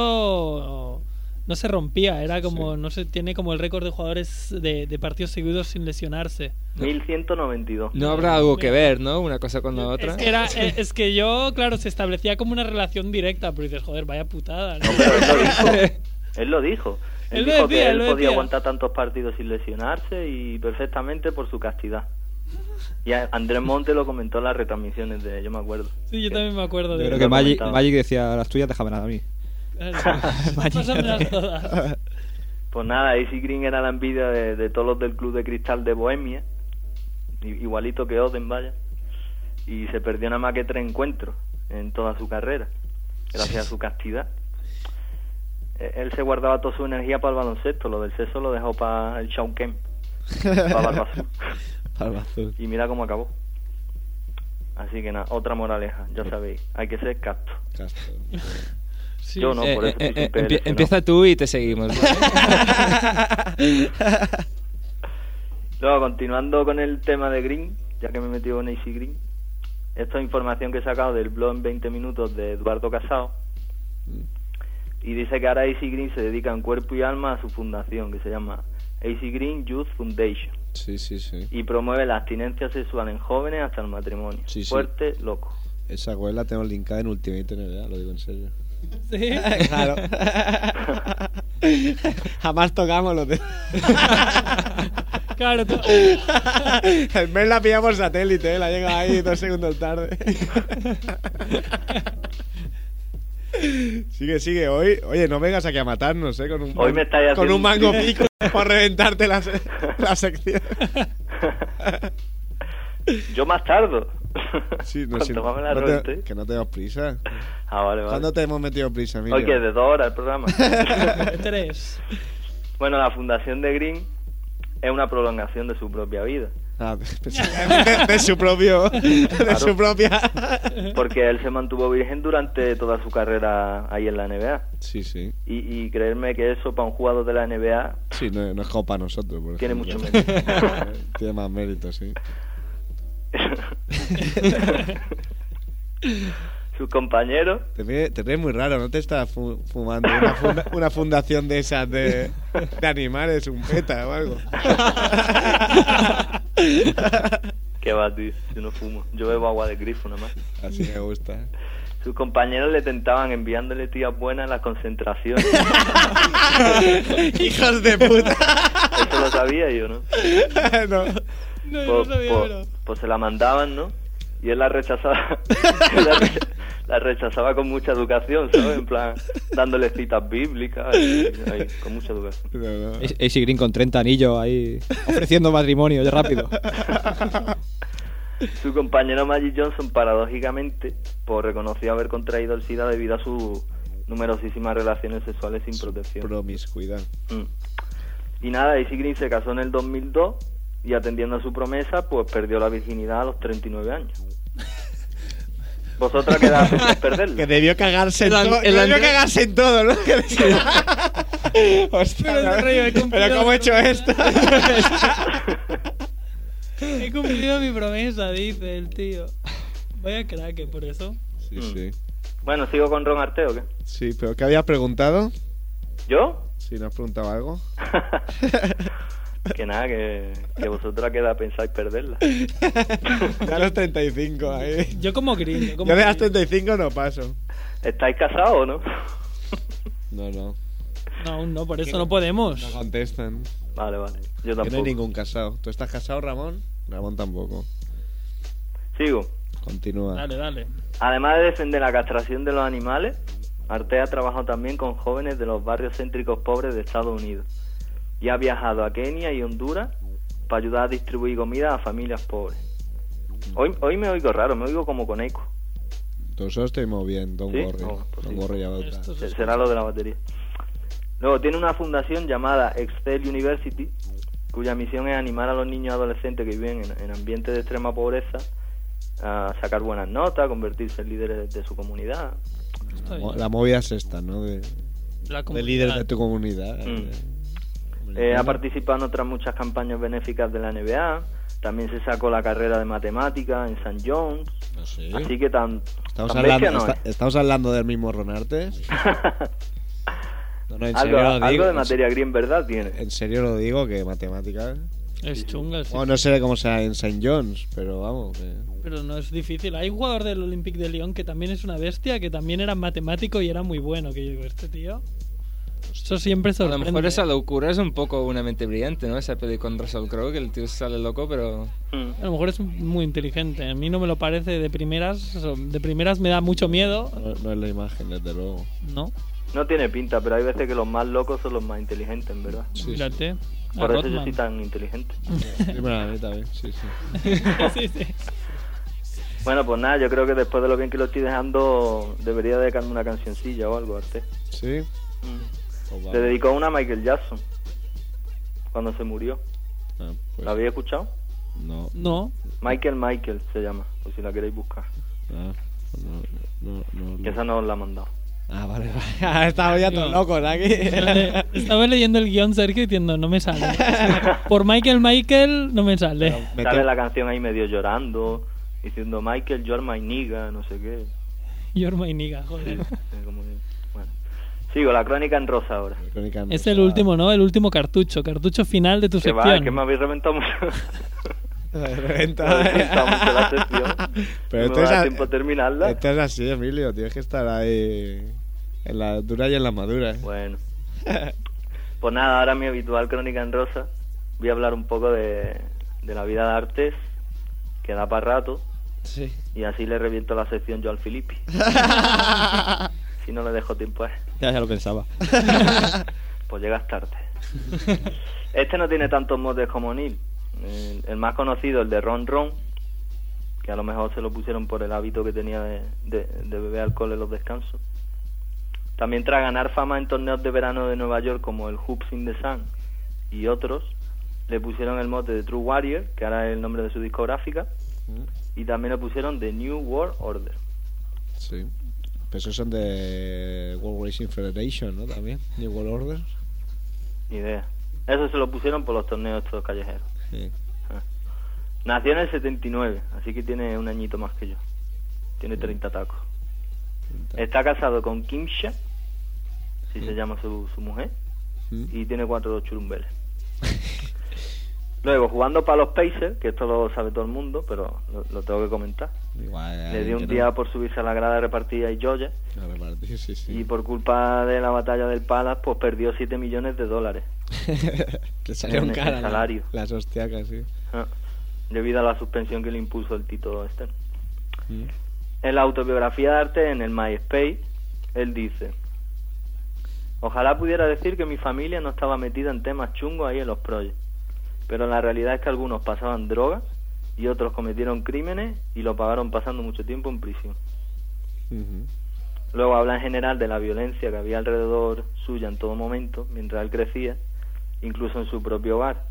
Speaker 6: no se rompía, era como, no sé, tiene como el récord de jugadores de, de partidos seguidos sin lesionarse.
Speaker 13: 1192.
Speaker 16: No habrá algo que ver, ¿no? Una cosa con la otra.
Speaker 6: Es que, era, eh, es que yo, claro, se establecía como una relación directa, pero dices, joder, vaya putada. ¿no?
Speaker 13: Él lo dijo. Él,
Speaker 6: Él lo decía,
Speaker 13: dijo que
Speaker 6: él
Speaker 13: él
Speaker 6: lo
Speaker 13: podía
Speaker 6: decía.
Speaker 13: aguantar tantos partidos sin lesionarse y perfectamente por su castidad. Y a- Andrés Monte lo comentó en las retransmisiones de, yo me acuerdo.
Speaker 6: Sí, yo también me acuerdo
Speaker 14: Yo
Speaker 6: de
Speaker 14: creo que Magic,
Speaker 13: comentaba.
Speaker 14: Magic decía, las tuyas déjamelas a mí.
Speaker 6: Pásamelas todas.
Speaker 13: Pues nada, AC Green era la envidia de, de todos los del Club de Cristal de Bohemia, i- igualito que Oden, vaya. Y se perdió nada más que tres encuentros en toda su carrera, gracias a su castidad. E- Él se guardaba toda su energía para el baloncesto, lo del sexo lo dejó para el Shawn Kemp, para Barbazú.
Speaker 9: Barba azul.
Speaker 13: Y mira cómo acabó. Así que nada, otra moraleja, ya sabéis, hay que ser casto.
Speaker 6: Sí.
Speaker 13: Yo no, por
Speaker 16: Eh,
Speaker 13: eso
Speaker 16: eh, eh,
Speaker 13: participé,
Speaker 16: empie-
Speaker 13: si no.
Speaker 16: empieza tú y te seguimos. ¿vale?
Speaker 13: Luego, continuando con el tema de Green, ya que me he metido en AC Green, esta es información que he sacado del blog en 20 minutos de Eduardo Casado. Y dice que ahora AC Green se dedica en cuerpo y alma a su fundación, que se llama AC Green Youth Foundation,
Speaker 9: Sí, sí, sí.
Speaker 13: y promueve la abstinencia sexual en jóvenes hasta el matrimonio.
Speaker 9: Sí,
Speaker 14: Pues-
Speaker 9: sí.
Speaker 13: Fuerte, loco.
Speaker 9: Esa web la tengo linkada en Ultimate NBA, lo digo en serio.
Speaker 6: Sí.
Speaker 9: claro. Jamás tocamos los de...
Speaker 6: Claro, tú...
Speaker 9: El mes la pillamos satélite, ¿eh? la llega ahí dos segundos tarde. sigue, sigue. Hoy, oye, no vengas aquí a matarnos, ¿eh? Con un,
Speaker 13: Hoy me estáis
Speaker 9: con un
Speaker 13: haciendo-
Speaker 9: mango pico por reventarte la, se- la sección.
Speaker 13: Yo más tardo.
Speaker 9: Sí, no,
Speaker 13: Cuanto
Speaker 9: sí,
Speaker 13: más me la
Speaker 9: no te-
Speaker 13: rolte.
Speaker 9: que no te das prisa.
Speaker 13: Ah, vale, vale.
Speaker 9: ¿Cuándo te hemos metido prisa, Emilio?
Speaker 13: Hoy que es de dos horas el programa.
Speaker 6: Este Tres.
Speaker 13: Bueno, la fundación de Green es una prolongación de su propia vida.
Speaker 9: Ah, de, de su propio. De
Speaker 13: Claro.
Speaker 9: su propia.
Speaker 6: ¿Eh?
Speaker 13: Porque él se mantuvo virgen durante toda su carrera ahí en la NBA.
Speaker 9: Sí, sí.
Speaker 13: Y, y creerme que eso para un jugador de la NBA
Speaker 9: Sí, no, no es como para nosotros. por
Speaker 13: Tiene
Speaker 9: ejemplo.
Speaker 13: mucho mérito.
Speaker 9: Tiene más mérito, sí.
Speaker 13: sus compañeros
Speaker 9: Te ríes, te ríes muy raro, no te estás fu- fumando una, funda- una fundación de esas de, de animales, un peta o algo.
Speaker 13: que va tío yo no fumo yo bebo agua de grifo nada más
Speaker 9: Así me gusta.
Speaker 13: sus compañeros le tentaban enviándole tías buenas a las concentraciones
Speaker 9: Hijos de puta.
Speaker 13: eso lo sabía yo no
Speaker 9: no.
Speaker 6: No,
Speaker 13: pues, pues- pues se la mandaban, ¿no? Y él la rechazaba. la, re- la rechazaba con mucha educación, ¿sabes? En plan, dándole citas bíblicas, y- ahí, con mucha educación.
Speaker 14: AC Green con 30 anillos ahí, ofreciendo matrimonio, ya rápido.
Speaker 13: Su compañero Magic Johnson, paradójicamente, por reconoció haber contraído el SIDA debido a sus numerosísimas relaciones sexuales sin protección.
Speaker 9: Promiscuidad.
Speaker 13: Mm. Y nada, Daisy Green se casó en el 2002 y atendiendo a su promesa, pues perdió la virginidad a los 39 años. Vosotras quedasteis sin perderla.
Speaker 9: Que debió cagarse en
Speaker 13: El an-
Speaker 9: todo.
Speaker 13: el
Speaker 9: Debió
Speaker 13: Andrés-
Speaker 9: cagarse en todo, ¿no? Hostia, ¿no? Pero ¿cómo he hecho esto?
Speaker 6: He cumplido mi promesa, dice el tío. Vaya crack, ¿eh? por eso.
Speaker 9: Sí, sí.
Speaker 13: Bueno, sigo con Ron Arte o qué?
Speaker 9: Sí, pero ¿qué habías preguntado?
Speaker 13: ¿Yo?
Speaker 9: Si nos has preguntado algo.
Speaker 13: Que nada, que, que vosotras queda pensáis perderla.
Speaker 9: Ya a los 35 ahí.
Speaker 6: Yo como Green.
Speaker 9: Yo de las 35 no paso.
Speaker 13: ¿Estáis casados o no?
Speaker 9: No, no.
Speaker 6: No, aún no, por eso no podemos.
Speaker 9: No contestan.
Speaker 13: Vale, vale. Yo
Speaker 9: Que no
Speaker 13: tampoco.
Speaker 9: hay ningún casado. ¿Tú estás casado, Ramón? Ramón tampoco.
Speaker 13: Sigo.
Speaker 9: Continúa.
Speaker 6: Dale, dale.
Speaker 13: Además de defender la castración de los animales, Arte ha trabajado también con jóvenes de los barrios céntricos pobres de Estados Unidos y ha viajado a Kenia y Honduras para ayudar a distribuir comida a familias pobres. Hoy, hoy me oigo raro, me oigo como con eco.
Speaker 9: Todos solo estoy moviendo, Don
Speaker 13: ¿Sí?
Speaker 9: Gorri.
Speaker 13: Oh,
Speaker 9: Don Gorri ya va a hablar.
Speaker 13: Se- Será lo de la batería. Luego tiene una fundación llamada Excel University, cuya misión es animar a los niños y adolescentes que viven en, en ambientes de extrema pobreza a sacar buenas notas, convertirse en líderes de su comunidad.
Speaker 9: La mo- La movida es esta, ¿no? De,
Speaker 13: La
Speaker 9: de líder de tu comunidad.
Speaker 13: Mm.
Speaker 9: Hombre,
Speaker 13: Eh, ha
Speaker 9: ¿no?
Speaker 13: participado en otras muchas campañas benéficas de la NBA. También se sacó la carrera de matemáticas en St. John's. Así que tan,
Speaker 9: Ah, Estamos
Speaker 13: tan bestia
Speaker 9: hablando,
Speaker 13: no eh.
Speaker 9: esta-
Speaker 13: es.
Speaker 9: estamos hablando del mismo Ronartes. No, no, en
Speaker 13: algo,
Speaker 9: serio lo
Speaker 13: algo
Speaker 9: digo,
Speaker 13: de
Speaker 9: en
Speaker 13: materia gris en verdad tiene.
Speaker 9: En serio lo digo, que matemáticas.
Speaker 6: Es chunga, sí.
Speaker 9: Bueno, no sé cómo será en St. John's, pero vamos. que-
Speaker 6: Pero no es difícil. Hay un jugador del Olympique de Lyon que también es una bestia, que también era matemático y era muy bueno. Que yo digo, este tío. Eso siempre
Speaker 16: A lo
Speaker 6: sorprende.
Speaker 16: mejor esa locura es un poco una mente brillante, ¿no? Esa peli con Russell Crowe, que el tío sale loco, pero...
Speaker 6: ¿eh? A lo mejor es muy inteligente. A mí no me lo parece de primeras. eso, De primeras me da mucho miedo.
Speaker 9: No, no es la imagen, desde luego.
Speaker 6: No.
Speaker 13: No tiene pinta, pero hay veces que los más locos son los más inteligentes, en verdad.
Speaker 6: Mírate.
Speaker 16: Ah,
Speaker 6: A
Speaker 13: Por eso yo
Speaker 6: Rodman.
Speaker 13: soy tan inteligente.
Speaker 9: Sí, bueno, a mí también, sí, sí.
Speaker 6: Sí, sí.
Speaker 13: Bueno, pues nada, yo creo que después de lo bien que lo estoy dejando, debería dedicarme una cancioncilla o algo, Arte.
Speaker 9: ¿Sí? Pues
Speaker 13: Le
Speaker 9: vale.
Speaker 13: dedicó una a Michael Jackson cuando se murió.
Speaker 9: Ah, pues
Speaker 13: ¿La habéis escuchado?
Speaker 9: no.
Speaker 6: No.
Speaker 13: Michael Michael se llama, por si la queréis buscar.
Speaker 9: Ah, pues no, no, no, no.
Speaker 13: Que esa no os la ha mandado.
Speaker 9: Ah, vale, vale. Estamos ya todos locos aquí.
Speaker 6: Estaba leyendo el guión cerca y diciendo, no me sale. Por Michael Michael, no me sale.
Speaker 13: Sale la canción ahí medio llorando, diciendo Michael, you're my nigga, no sé qué.
Speaker 6: You're my nigga, joder.
Speaker 13: Es como que- bueno. Sigo, la crónica en rosa ahora.
Speaker 6: Es el último, ¿no? El último cartucho. Cartucho final de tu
Speaker 13: Que va,
Speaker 6: sección.
Speaker 13: que me habéis reventado mucho.
Speaker 9: Reventa.
Speaker 13: Me habéis reventado mucho la sección.
Speaker 9: Pero
Speaker 13: no
Speaker 9: esto es
Speaker 13: me va a
Speaker 9: a-
Speaker 13: dar tiempo a terminarla.
Speaker 9: Esto es así, Emilio. Tienes que estar ahí. En la dura y en la madura. ¿eh?
Speaker 13: Bueno. Pues nada, ahora mi habitual crónica en rosa. Voy a hablar un poco de, de la vida de artes, que da para rato,
Speaker 9: Sí.
Speaker 13: y así le reviento la sección yo al Filippi. si no le dejo tiempo a él.
Speaker 14: Ya, ya lo pensaba.
Speaker 13: Pues llegas tarde. Este no tiene tantos motes como Neil. El, el más conocido, el de Ron Ron, que a lo mejor se lo pusieron por el hábito que tenía de, de- de beber alcohol en los descansos. También tras ganar fama en torneos de verano de Nueva York como el Hoops in the Sun y otros, le pusieron el mote de True Warrior, que ahora es el nombre de su discográfica, y también le pusieron The New World Order.
Speaker 9: Sí. Pero esos son de World Racing Federation, ¿no? También. New World Order.
Speaker 13: Ni idea. Eso se lo pusieron por los torneos estos callejeros.
Speaker 9: Sí.
Speaker 13: Ah. Nació en el 79, así que tiene un añito más que yo. Tiene 30 tacos. Está casado con Kimsha, si se llama su, su mujer,
Speaker 9: Mm.
Speaker 13: y tiene cuatro churumbeles. Luego, jugando para los Pacers, que esto lo sabe todo el mundo, pero lo, lo tengo que comentar.
Speaker 9: Igual.
Speaker 13: Le
Speaker 9: alguien
Speaker 13: dio un
Speaker 9: que
Speaker 13: día
Speaker 9: no-
Speaker 13: por subirse a la grada de repartida y Joya,
Speaker 9: a repartir, sí, sí.
Speaker 13: y por culpa de la batalla del Palace, pues perdió 7 millones de dólares.
Speaker 9: que salieron
Speaker 13: en- en
Speaker 9: caras.
Speaker 13: salario.
Speaker 9: Las hostiacas, sí.
Speaker 13: Ah, debido a la suspensión que le impuso el Tito Stern.
Speaker 9: Mm.
Speaker 13: En la autobiografía de arte en el MySpace, él dice: Ojalá pudiera decir que mi familia no estaba metida en temas chungos ahí en los proyectos, pero la realidad es que algunos pasaban droga y otros cometieron crímenes y lo pagaron pasando mucho tiempo en prisión. Luego habla en general de la violencia que había alrededor suya en todo momento, mientras él crecía, incluso en su propio hogar,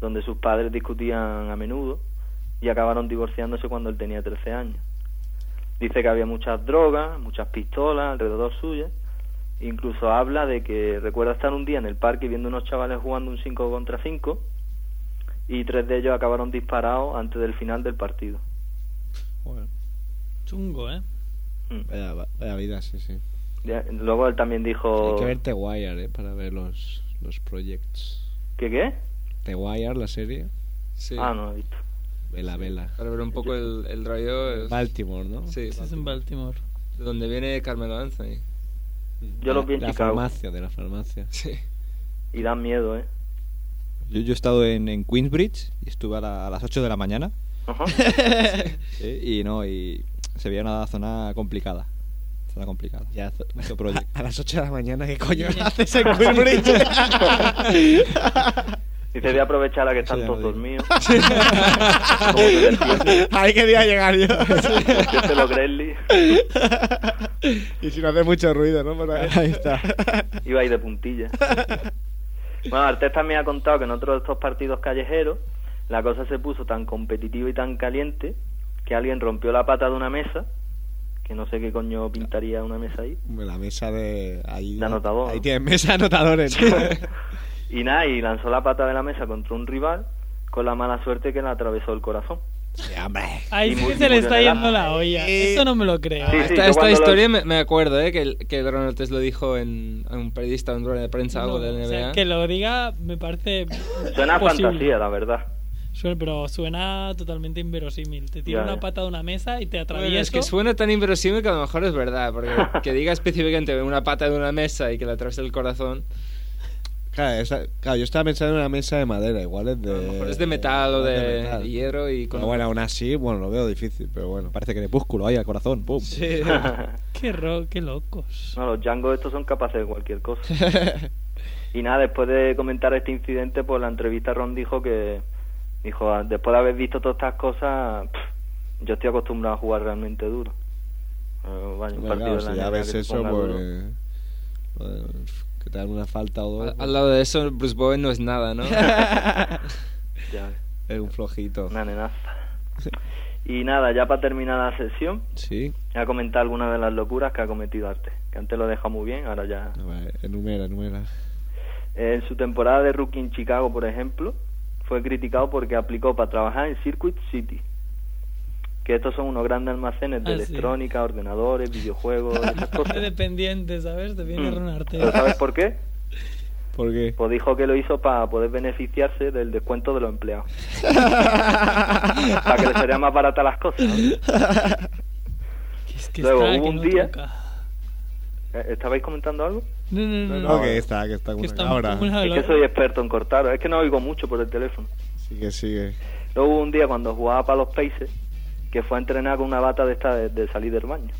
Speaker 13: donde sus padres discutían a menudo y acabaron divorciándose cuando él tenía 13 años. Dice que había muchas drogas, muchas pistolas alrededor suya. Incluso habla de que recuerda estar un día en el parque viendo unos chavales jugando un 5 contra 5 y tres de ellos acabaron disparados antes del final del partido.
Speaker 6: Chungo, ¿eh?
Speaker 9: Vaya, vaya vida, sí, sí.
Speaker 13: Mm. Ya, luego él también dijo...
Speaker 9: Hay que ver The Wire, eh, para ver los, los projects.
Speaker 13: ¿Qué qué?
Speaker 9: The Wire, la serie.
Speaker 16: Sí.
Speaker 13: Ah, no lo he visto.
Speaker 9: Vela, vela.
Speaker 16: Para ver un poco el, el rollo. es-
Speaker 9: Baltimore, ¿no?
Speaker 16: Sí,
Speaker 6: Estás en Baltimore.
Speaker 16: de donde viene Carmelo Anthony.
Speaker 13: Yo lo vi en
Speaker 9: de Mm. la
Speaker 13: Chicago.
Speaker 9: farmacia, de la farmacia.
Speaker 16: Sí.
Speaker 13: Y dan miedo, ¿eh?
Speaker 14: Yo, yo he estado en, en Queensbridge y estuve a, la- a las 8 de la mañana.
Speaker 13: Ajá.
Speaker 14: Sí, y no, y se veía una zona complicada. Zona complicada.
Speaker 9: Ya,
Speaker 14: mucho project.
Speaker 9: A las 8 de la mañana, ¿qué coño haces en Queensbridge?
Speaker 13: Dice, voy a aprovechar a que están todos dormidos. Como que despierten.
Speaker 9: Ahí quería llegar yo.
Speaker 13: Despiértelo, Grelly.
Speaker 9: y si no hace mucho ruido, ¿no? Por ahí. está.
Speaker 13: Iba a ir de puntilla. Bueno, Artés también ha contado que en otro de estos partidos callejeros la cosa se puso tan competitiva y tan caliente que alguien rompió la pata de una mesa, que no sé qué coño pintaría una mesa ahí,
Speaker 9: La mesa de. Ahí,
Speaker 13: De anotador.
Speaker 9: Ahí tienes mesa de anotadores.
Speaker 13: y nada, y lanzó la pata de la mesa contra un rival con la mala suerte que le atravesó el corazón.
Speaker 6: Ahí
Speaker 13: Y
Speaker 6: sí
Speaker 13: mu-
Speaker 6: que
Speaker 13: y
Speaker 6: se le
Speaker 13: murió
Speaker 6: está
Speaker 13: en el
Speaker 6: yendo la olla. Esto no me lo creo. ¿eh?
Speaker 13: Sí, sí,
Speaker 16: Ah, esta
Speaker 13: yo
Speaker 16: esta
Speaker 13: cuando lo-
Speaker 16: historia me, me acuerdo, ¿eh? Que, el- que Ron Artes lo dijo en, a un periodista, en rueda de prensa,
Speaker 6: No,
Speaker 16: algo del NBA.
Speaker 6: o sea, que lo diga me parece.
Speaker 13: Suena a
Speaker 6: posible.
Speaker 13: fantasía, la verdad.
Speaker 6: Suena- pero suena totalmente inverosímil. Te tira
Speaker 16: Ya,
Speaker 6: una
Speaker 16: ya.
Speaker 6: pata de una mesa y te
Speaker 16: Bueno,
Speaker 6: atravieso.
Speaker 16: es que suena tan inverosímil que a lo mejor es verdad, Ah, porque que diga específicamente una pata de una mesa y que le atraviesa el corazón,
Speaker 9: Claro, esa- claro, yo estaba pensando en una mesa de madera, igual es de.
Speaker 16: a lo mejor es de metal o de,
Speaker 9: metal.
Speaker 16: hierro y con...
Speaker 9: Pero bueno, aún así, bueno, lo veo difícil, pero bueno.
Speaker 14: Parece crepúsculo ahí al corazón. ¡Pum!
Speaker 16: Sí.
Speaker 6: Qué, ro qué locos.
Speaker 13: No, los Django estos son capaces de cualquier cosa. y nada, después de comentar este incidente, pues la entrevista Ron dijo que dijo, "Ah, después de haber visto todas estas cosas, pff, yo estoy acostumbrado a jugar realmente duro. Eh, vaya, un
Speaker 9: Hombre,
Speaker 13: partido
Speaker 9: claro,
Speaker 13: de la
Speaker 9: si ya
Speaker 13: NBA
Speaker 9: ves
Speaker 13: que te
Speaker 9: eso,
Speaker 13: ponga
Speaker 9: pues.
Speaker 13: duro.
Speaker 9: bueno, que te dan una falta o dos. pues.
Speaker 16: Al lado de eso, Bruce Bowen no es nada, ¿no?
Speaker 9: pues,
Speaker 13: Ya ves,
Speaker 9: Es un flojito.
Speaker 13: una nenaza. Y nada, ya para terminar la sesión,
Speaker 9: Sí.
Speaker 13: voy a comentar algunas de las locuras que ha cometido Arte. Que antes lo deja muy bien, ahora ya
Speaker 9: A ver, enumera, enumera.
Speaker 13: En su temporada de rookie en Chicago, por ejemplo, fue criticado porque aplicó para trabajar en Circuit City. Que estos son unos grandes almacenes de
Speaker 6: Ah, sí.
Speaker 13: electrónica, ordenadores, videojuegos, esas
Speaker 6: Qué
Speaker 13: cosas.
Speaker 6: dependiente, ¿sabes? Te viene
Speaker 13: Pues- Mm.
Speaker 6: Ron Artest.
Speaker 13: ¿Pero sabes por qué?
Speaker 9: ¿Por qué?
Speaker 13: Pues dijo que lo hizo para poder beneficiarse del descuento de los empleados. para que les serían más baratas las cosas.
Speaker 6: Es que
Speaker 13: Luego
Speaker 6: está,
Speaker 13: hubo
Speaker 6: que
Speaker 13: un
Speaker 6: no
Speaker 13: día...
Speaker 6: toca.
Speaker 13: ¿Eh, ¿Estabais comentando algo?
Speaker 6: No, no, no.
Speaker 9: No,
Speaker 6: no.
Speaker 16: eh,
Speaker 9: que está, que está
Speaker 6: Que
Speaker 9: con
Speaker 6: está
Speaker 9: una cabra.
Speaker 6: muy
Speaker 13: Es que soy experto en cortar, es que no oigo mucho por el teléfono.
Speaker 9: Sigue, sigue.
Speaker 13: Luego hubo un día cuando jugaba para los Pacers que fue a entrenar con una bata de esta de, de salir del baño.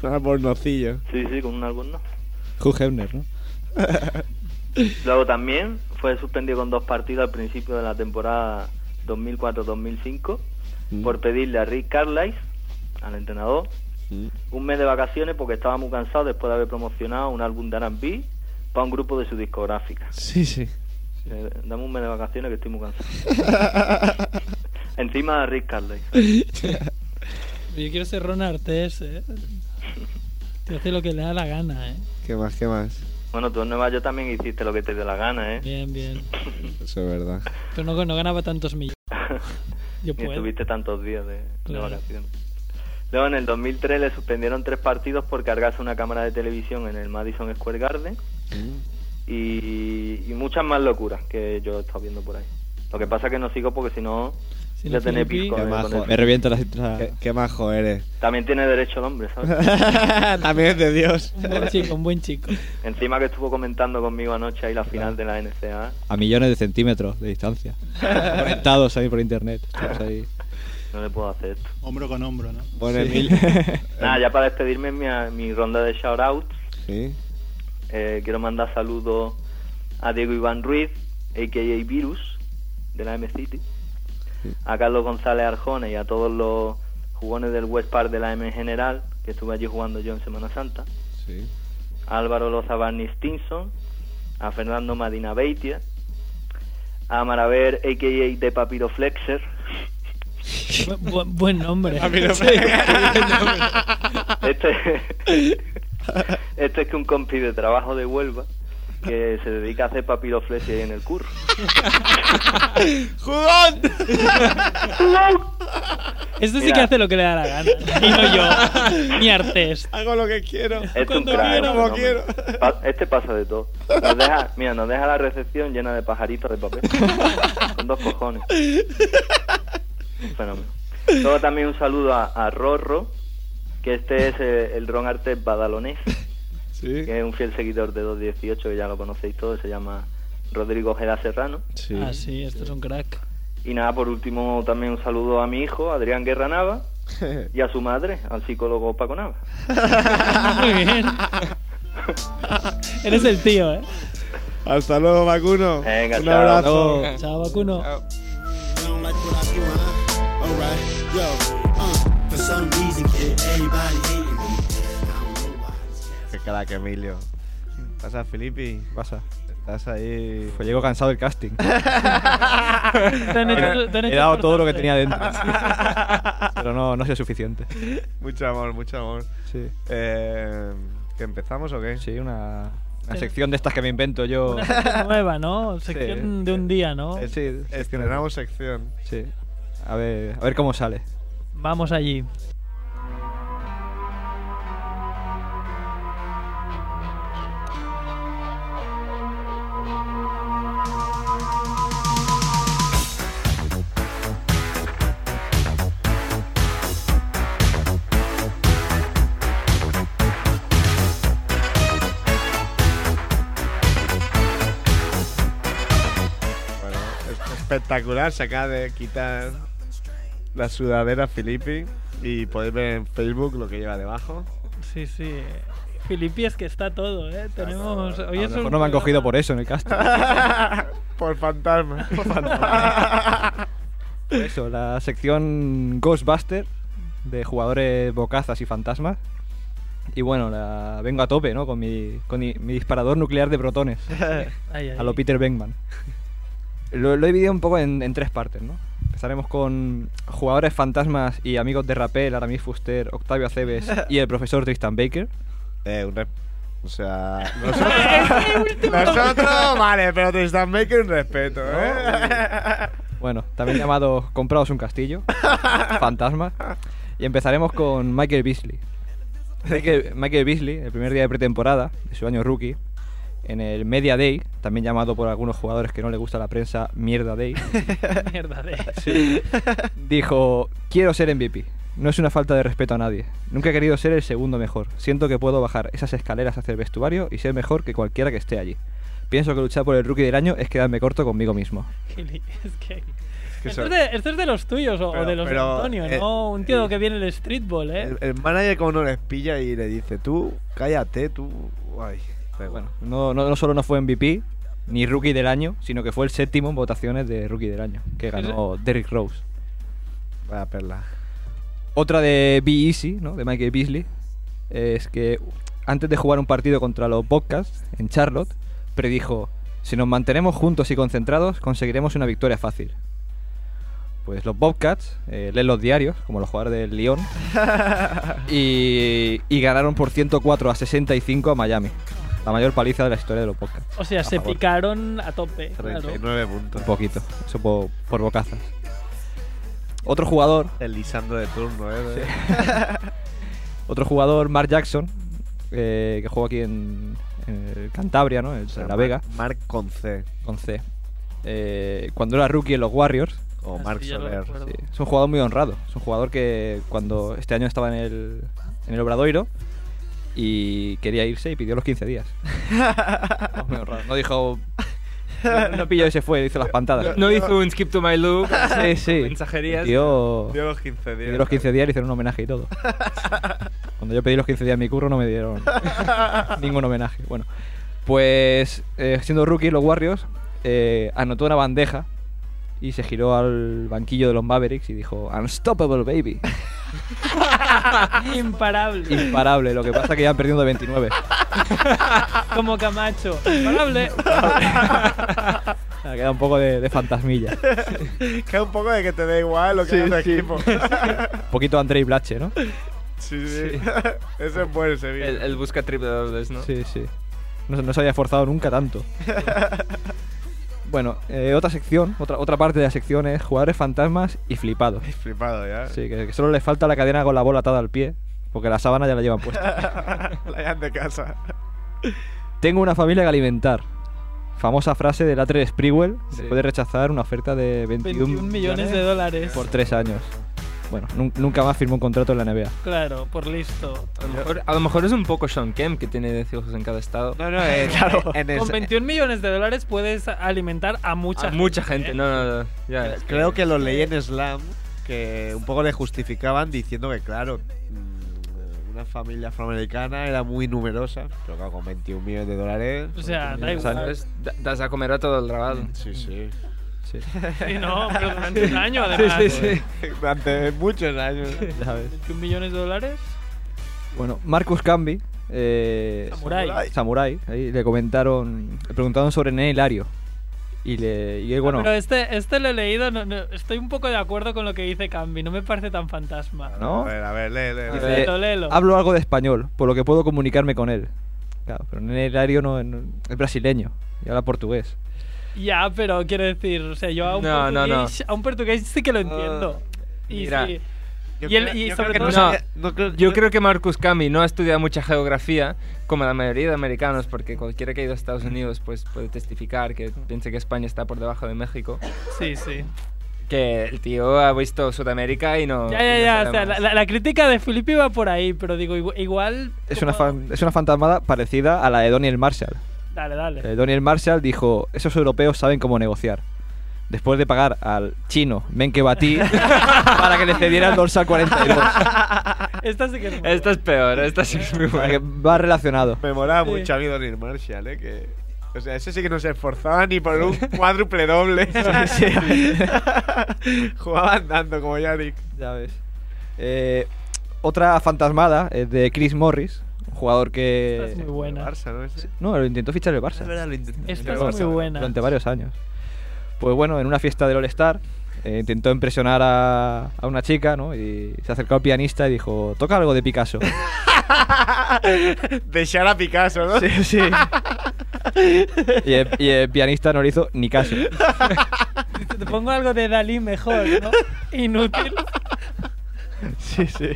Speaker 9: Con albornocillo.
Speaker 13: Sí, sí, con un álbum no.
Speaker 14: Hugh Hefner, ¿no?
Speaker 13: Luego también fue suspendido con dos partidos al principio de la temporada 2004-2005 Mm.
Speaker 9: Mm.
Speaker 13: por pedirle a Rick Carlisle, al entrenador,
Speaker 9: Mm.
Speaker 13: un mes de vacaciones porque estaba muy cansado después de haber promocionado un álbum de R&B para un grupo de su discográfica.
Speaker 9: Sí, sí.
Speaker 13: Eh, dame un mes de vacaciones que estoy muy cansado. Encima de Rick Carlisle.
Speaker 6: Yo quiero ser Ron Artes, ¿eh? Te hace lo que le da la gana, ¿eh?
Speaker 9: ¿Qué más, qué más?
Speaker 13: Bueno, tú en Nueva York también hiciste lo que te dio la gana, ¿eh?
Speaker 6: Bien, bien.
Speaker 9: Eso es verdad.
Speaker 6: Pero no, no ganaba tantos millones. Yo
Speaker 13: Ni
Speaker 6: puedo.
Speaker 13: estuviste tantos días de, de
Speaker 6: Claro.
Speaker 13: vacaciones. Luego en el 2003 le suspendieron tres partidos por cargarse una cámara de televisión en el Madison Square Garden
Speaker 6: Mm.
Speaker 13: y, y muchas más locuras que yo he estado viendo por ahí. Lo que pasa es que no sigo porque si no
Speaker 6: Si
Speaker 13: ya
Speaker 6: no,
Speaker 13: tenés
Speaker 6: Filipi-
Speaker 13: pico.
Speaker 9: Qué
Speaker 13: eh, con
Speaker 9: majo.
Speaker 13: el-
Speaker 14: revienta la
Speaker 9: Qué, qué majo eres.
Speaker 13: También tiene derecho el hombre, ¿sabes?
Speaker 9: También es de Dios.
Speaker 6: Un buen chico, un buen chico.
Speaker 13: Encima que estuvo comentando conmigo anoche ahí la final de la NCAA.
Speaker 14: A millones de centímetros de distancia. Conectados ahí por internet. Estamos ahí.
Speaker 13: No le puedo hacer
Speaker 6: Eh.
Speaker 13: esto.
Speaker 10: Hombro con hombro, ¿no?
Speaker 9: Bueno,
Speaker 14: Sí.
Speaker 9: Emilio.
Speaker 13: Nada, ya para despedirme mi, mi ronda de shoutouts.
Speaker 9: Sí.
Speaker 13: Eh, quiero mandar saludos a Diego Iván Ruiz, a.k.a. Virus, de la M-City, a Carlos González Arjones y a todos los jugones del West Park de la M en general, que estuve allí jugando yo en Semana Santa,
Speaker 9: Sí.
Speaker 13: a Álvaro Loza Barney Stinson, a Fernando Madina Beitia, a Maraver, a.k.a. de Papiro Flexer,
Speaker 6: Bu- bu- buen nombre.
Speaker 13: Este, este es que un compi de trabajo de Huelva que se dedica a hacer papiroflexia ahí en el curro.
Speaker 6: ¡Jugón! Este sí
Speaker 13: Mira.
Speaker 6: que hace lo que le da la gana. Y no yo. Ni Artés.
Speaker 9: Hago lo que quiero.
Speaker 13: Este es un crack, un fenómeno. Pa- este pasa de todo. Nos deja, mira, nos deja la recepción llena de pajaritos de papel. Con dos cojones. Un Fenómeno. Luego también un saludo a, a Rorro, que este es eh, el Ron Arte Badalonés, que es un fiel seguidor de 218, que ya lo conocéis todos, se llama Rodrigo Ojeda Serrano.
Speaker 6: Ah, sí, este es un crack.
Speaker 13: Y nada, por último también un saludo a mi hijo, Adrián Guerra Nava, y a su madre, al psicólogo Paco Nava.
Speaker 6: Muy bien. Eres el tío, ¿eh?
Speaker 9: Hasta luego, vacuno.
Speaker 13: Venga,
Speaker 9: Un
Speaker 13: chao.
Speaker 9: abrazo.
Speaker 6: Chao, vacuno.
Speaker 15: Alright, yo, uh, for some reason, kid, everybody hating me.
Speaker 17: Qué crack, Emilio. ¿Pasa, Filippi? Pasa. Estás ahí.
Speaker 14: Pues llego cansado del casting.
Speaker 17: han hecho- te han
Speaker 14: he
Speaker 17: hecho
Speaker 14: dado todo lo
Speaker 17: cortarte.
Speaker 14: que tenía dentro. Pero no, no ha sido suficiente.
Speaker 17: mucho amor, mucho amor.
Speaker 14: Sí.
Speaker 17: Eh, ¿Que empezamos o qué?
Speaker 14: Sí, una, una sección de estas que me invento yo.
Speaker 6: Nueva, ¿no? Sección de un día, ¿no?
Speaker 14: Sí,
Speaker 17: Estrenamos sección.
Speaker 14: Sí. A ver, a ver cómo sale.
Speaker 6: Vamos allí.
Speaker 17: Bueno, es espectacular. Se acaba de quitar la sudadera Filippi y podéis ver en Facebook lo que lleva debajo.
Speaker 6: Sí, sí. Filipi es que está todo, ¿eh? Tenemos. Hoy
Speaker 14: A lo
Speaker 6: es
Speaker 14: mejor
Speaker 6: un
Speaker 14: no me han
Speaker 6: programa-
Speaker 14: cogido por eso en el casting.
Speaker 17: Por fantasma.
Speaker 14: Por eso, la sección Ghostbuster de jugadores bocazas y fantasmas. Y bueno, la vengo a tope, ¿no? Con mi, con mi, mi disparador nuclear de protones.
Speaker 6: Ay, ay.
Speaker 14: a lo Peter Venkman. Lo, lo he dividido un poco en, en tres partes, ¿no? Empezaremos con jugadores fantasmas y amigos de Rapel, Aramis Fuster, Octavio Aceves y el profesor Tristan Baker.
Speaker 17: Eh, un O sea, Nosotros, vale, pero Tristan Baker un respeto, ¿eh?
Speaker 14: Bueno, también llamado Compraos un castillo, fantasma. Y empezaremos con Michael Beasley. Michael, Michael Beasley, el primer día de pretemporada de su año rookie, en el Media Day, también llamado por algunos jugadores que no le gusta la prensa Mierda Day,
Speaker 6: Mierda de.
Speaker 14: Sí. dijo: Quiero ser MVP. No es una falta de respeto a nadie. Nunca he querido ser el segundo mejor. Siento que puedo bajar esas escaleras hacia el vestuario y ser mejor que cualquiera que esté allí. Pienso que luchar por el rookie del año es quedarme corto conmigo mismo.
Speaker 6: Fili- Es que.
Speaker 17: que
Speaker 6: esto,
Speaker 17: son-
Speaker 6: es de, esto es de los tuyos o, o
Speaker 17: Pero-
Speaker 6: de los de
Speaker 17: pero,
Speaker 6: Antonio,
Speaker 17: eh,
Speaker 6: ¿no? Un tío que viene del streetball, ¿eh?
Speaker 17: El, el manager como no les pilla y le dice, tú, cállate, tú... Ay, da igual.
Speaker 14: No, no, no solo no fue MVP ni rookie del año, sino que fue el séptimo en votaciones de rookie del año, que ganó Derrick Rose.
Speaker 17: Vaya perla.
Speaker 14: Otra de Be Easy, ¿no? de Michael Beasley, es que antes de jugar un partido contra los Bobcats en Charlotte, predijo, si nos mantenemos juntos y concentrados, conseguiremos una victoria fácil. Pues los Bobcats eh, leen los diarios, como los jugadores del Lyon, y, y ganaron por 104 a 65 a Miami. La mayor paliza de la historia de los Bobcats.
Speaker 6: O sea,
Speaker 14: A
Speaker 6: se
Speaker 14: favor.
Speaker 6: picaron a tope. Claro.
Speaker 17: 39 puntos.
Speaker 14: Un poquito. Eso por, por bocazas. Otro jugador.
Speaker 17: El Lisandro de turno, ¿eh?
Speaker 14: Otro jugador, Mark Jackson, eh, que juega aquí en, en el Cantabria, ¿no? En
Speaker 17: sea,
Speaker 14: La
Speaker 17: Mark-
Speaker 14: Vega.
Speaker 17: Mark con C.
Speaker 14: Con C. Eh, cuando era rookie en los Warriors.
Speaker 17: O Mark Así ya lo Soler. recuerdo.
Speaker 14: Sí, Es un jugador muy honrado. Es un jugador que cuando este año estaba en el, en el Obradoiro y quería irse y pidió los 15 días. Muy honrado. No dijo... No, no pilló y se fue, hizo las pantadas.
Speaker 16: No hizo un skip to my loop.
Speaker 14: Sí, sí.
Speaker 16: Mensajerías.
Speaker 14: Dio,
Speaker 17: Dio los 15 días.
Speaker 14: dio los 15 días, le hicieron un homenaje y todo. Cuando yo pedí los 15 días en mi curro no me dieron ningún homenaje. Bueno, pues eh, siendo rookie, los Warriors eh, anotó una bandeja y se giró al banquillo de los Mavericks y dijo, Unstoppable, baby.
Speaker 6: Imparable.
Speaker 14: Imparable, lo que pasa que ya han perdido de 29.
Speaker 6: Como Camacho. Imparable.
Speaker 14: O sea, Queda un poco de, de fantasmilla.
Speaker 9: Queda un poco de que te da igual lo que hace el equipo.
Speaker 14: Un poquito Andrei Blache, ¿no?
Speaker 9: sí, sí. Ese es bueno, ese
Speaker 16: El, el busca triple dobles, ¿no?
Speaker 14: Sí, sí. No, se- no se había esforzado nunca tanto. Bueno, eh, otra sección, otra, otra parte de la sección es jugadores fantasmas y flipados.
Speaker 9: Flipado ya.
Speaker 14: Sí, que, que solo le falta la cadena con la bola atada al pie, porque la sábana ya la llevan puesta.
Speaker 9: La llaman de casa.
Speaker 14: Tengo una familia que alimentar. Famosa frase del A3 Sprewell,
Speaker 6: Sí.
Speaker 14: después de rechazar una oferta de 21,
Speaker 6: 21 millones de dólares.
Speaker 14: por tres años. Bueno, nun- nunca más firmó un contrato en la NBA.
Speaker 6: Claro, por listo.
Speaker 16: A lo, mejor, a lo mejor es un poco Sean Kemp que tiene 10 hijos en cada estado.
Speaker 9: No, no, eh, en
Speaker 6: Con 21 millones de dólares puedes alimentar a
Speaker 16: A
Speaker 6: mucha gente. ¿eh?
Speaker 16: mucha gente, no, no, no. Ya, es
Speaker 9: Creo que lo leí en Slam, que un poco le justificaban diciendo que, claro, mm, una familia afroamericana era muy numerosa, pero claro, con 21 millones de dólares.
Speaker 6: O sea, da
Speaker 9: O sea, no
Speaker 6: igual.
Speaker 9: es-
Speaker 16: Da- Das a comer a todo el rabado.
Speaker 9: Sí, sí.
Speaker 14: Sí.
Speaker 6: Sí, no, pero durante un año además. Sí, sí, sí.
Speaker 9: Durante muchos años.
Speaker 14: Ya ves.
Speaker 6: 21 millones de dólares.
Speaker 14: Bueno, Marcus Camby, eh,
Speaker 6: Samurai.
Speaker 14: Samurai, ahí le comentaron, le preguntaron sobre Nene Hilario. Y, le, y él, bueno,
Speaker 6: Pero este, este lo he leído, no- no, estoy un poco de acuerdo con lo que dice Cambi, no me parece tan fantasma.
Speaker 14: ¿no?
Speaker 9: a ver, lee, lee.
Speaker 14: Dice,
Speaker 6: Léelo, léelo.
Speaker 14: Hablo algo de español, por lo que puedo comunicarme con él. Claro, pero Nene Hilario no, no- es brasileño y habla portugués.
Speaker 6: Ya, pero quiero decir, o sea, yo a un,
Speaker 14: No, no, no.
Speaker 6: portugués, a un portugués sí que lo entiendo. y
Speaker 16: mira,
Speaker 6: sí.
Speaker 9: yo
Speaker 6: Y, él-
Speaker 9: creo-
Speaker 6: y
Speaker 9: yo creo
Speaker 6: sobre
Speaker 9: que
Speaker 6: todo...
Speaker 16: No, yo creo que Marcus Cami no ha estudiado mucha geografía como la mayoría de americanos, porque cualquiera que ha ido a Estados Unidos pues puede testificar que piense que España está por debajo de México.
Speaker 6: Sí, sí.
Speaker 16: Que el tío ha visto Sudamérica y no.
Speaker 6: Ya,
Speaker 16: y no
Speaker 6: ya, ya,
Speaker 16: sabe
Speaker 6: o sea,
Speaker 16: más.
Speaker 6: la, la- la crítica de Filippi va por ahí, pero digo, igu- igual...
Speaker 14: Es una, fan- es una fantasmada parecida a la de Doniel Marshall.
Speaker 6: Dale, dale.
Speaker 14: Eh, Doniel Marshall dijo, esos europeos saben cómo negociar. Después de pagar al chino Menke Batí para que le cediera el dorsal 42.
Speaker 6: Esta sí que es muy
Speaker 16: Esta es peor, esta sí es muy
Speaker 14: O sea, que
Speaker 16: buena.
Speaker 14: va relacionado.
Speaker 9: Me molaba
Speaker 6: Sí.
Speaker 9: mucho a mí Donnie Marshall, ¿eh? Que, o sea, ese sí que no se esforzaba ni por un cuádruple doble. Jugaba andando como Yannick.
Speaker 14: Ya ves. Eh, otra fantasmada es de Chris Morris, un jugador que...
Speaker 6: Esta es muy buena.
Speaker 9: Barça, ¿no? Ese-
Speaker 14: No, lo intentó fichar el Barça.
Speaker 9: Es verdad, lo intentó.
Speaker 6: Esta es muy buena.
Speaker 14: Durante varios años. Pues bueno, en una fiesta del All-Star eh, intentó impresionar a, a una chica, ¿no? Y se acercó al pianista y dijo, toca algo de Picasso.
Speaker 9: Dejar a Picasso, ¿no?
Speaker 14: Sí, sí. y, el, y el pianista no le hizo ni caso.
Speaker 6: Te pongo algo de Dalí mejor, ¿no? Inútil.
Speaker 14: Sí, sí.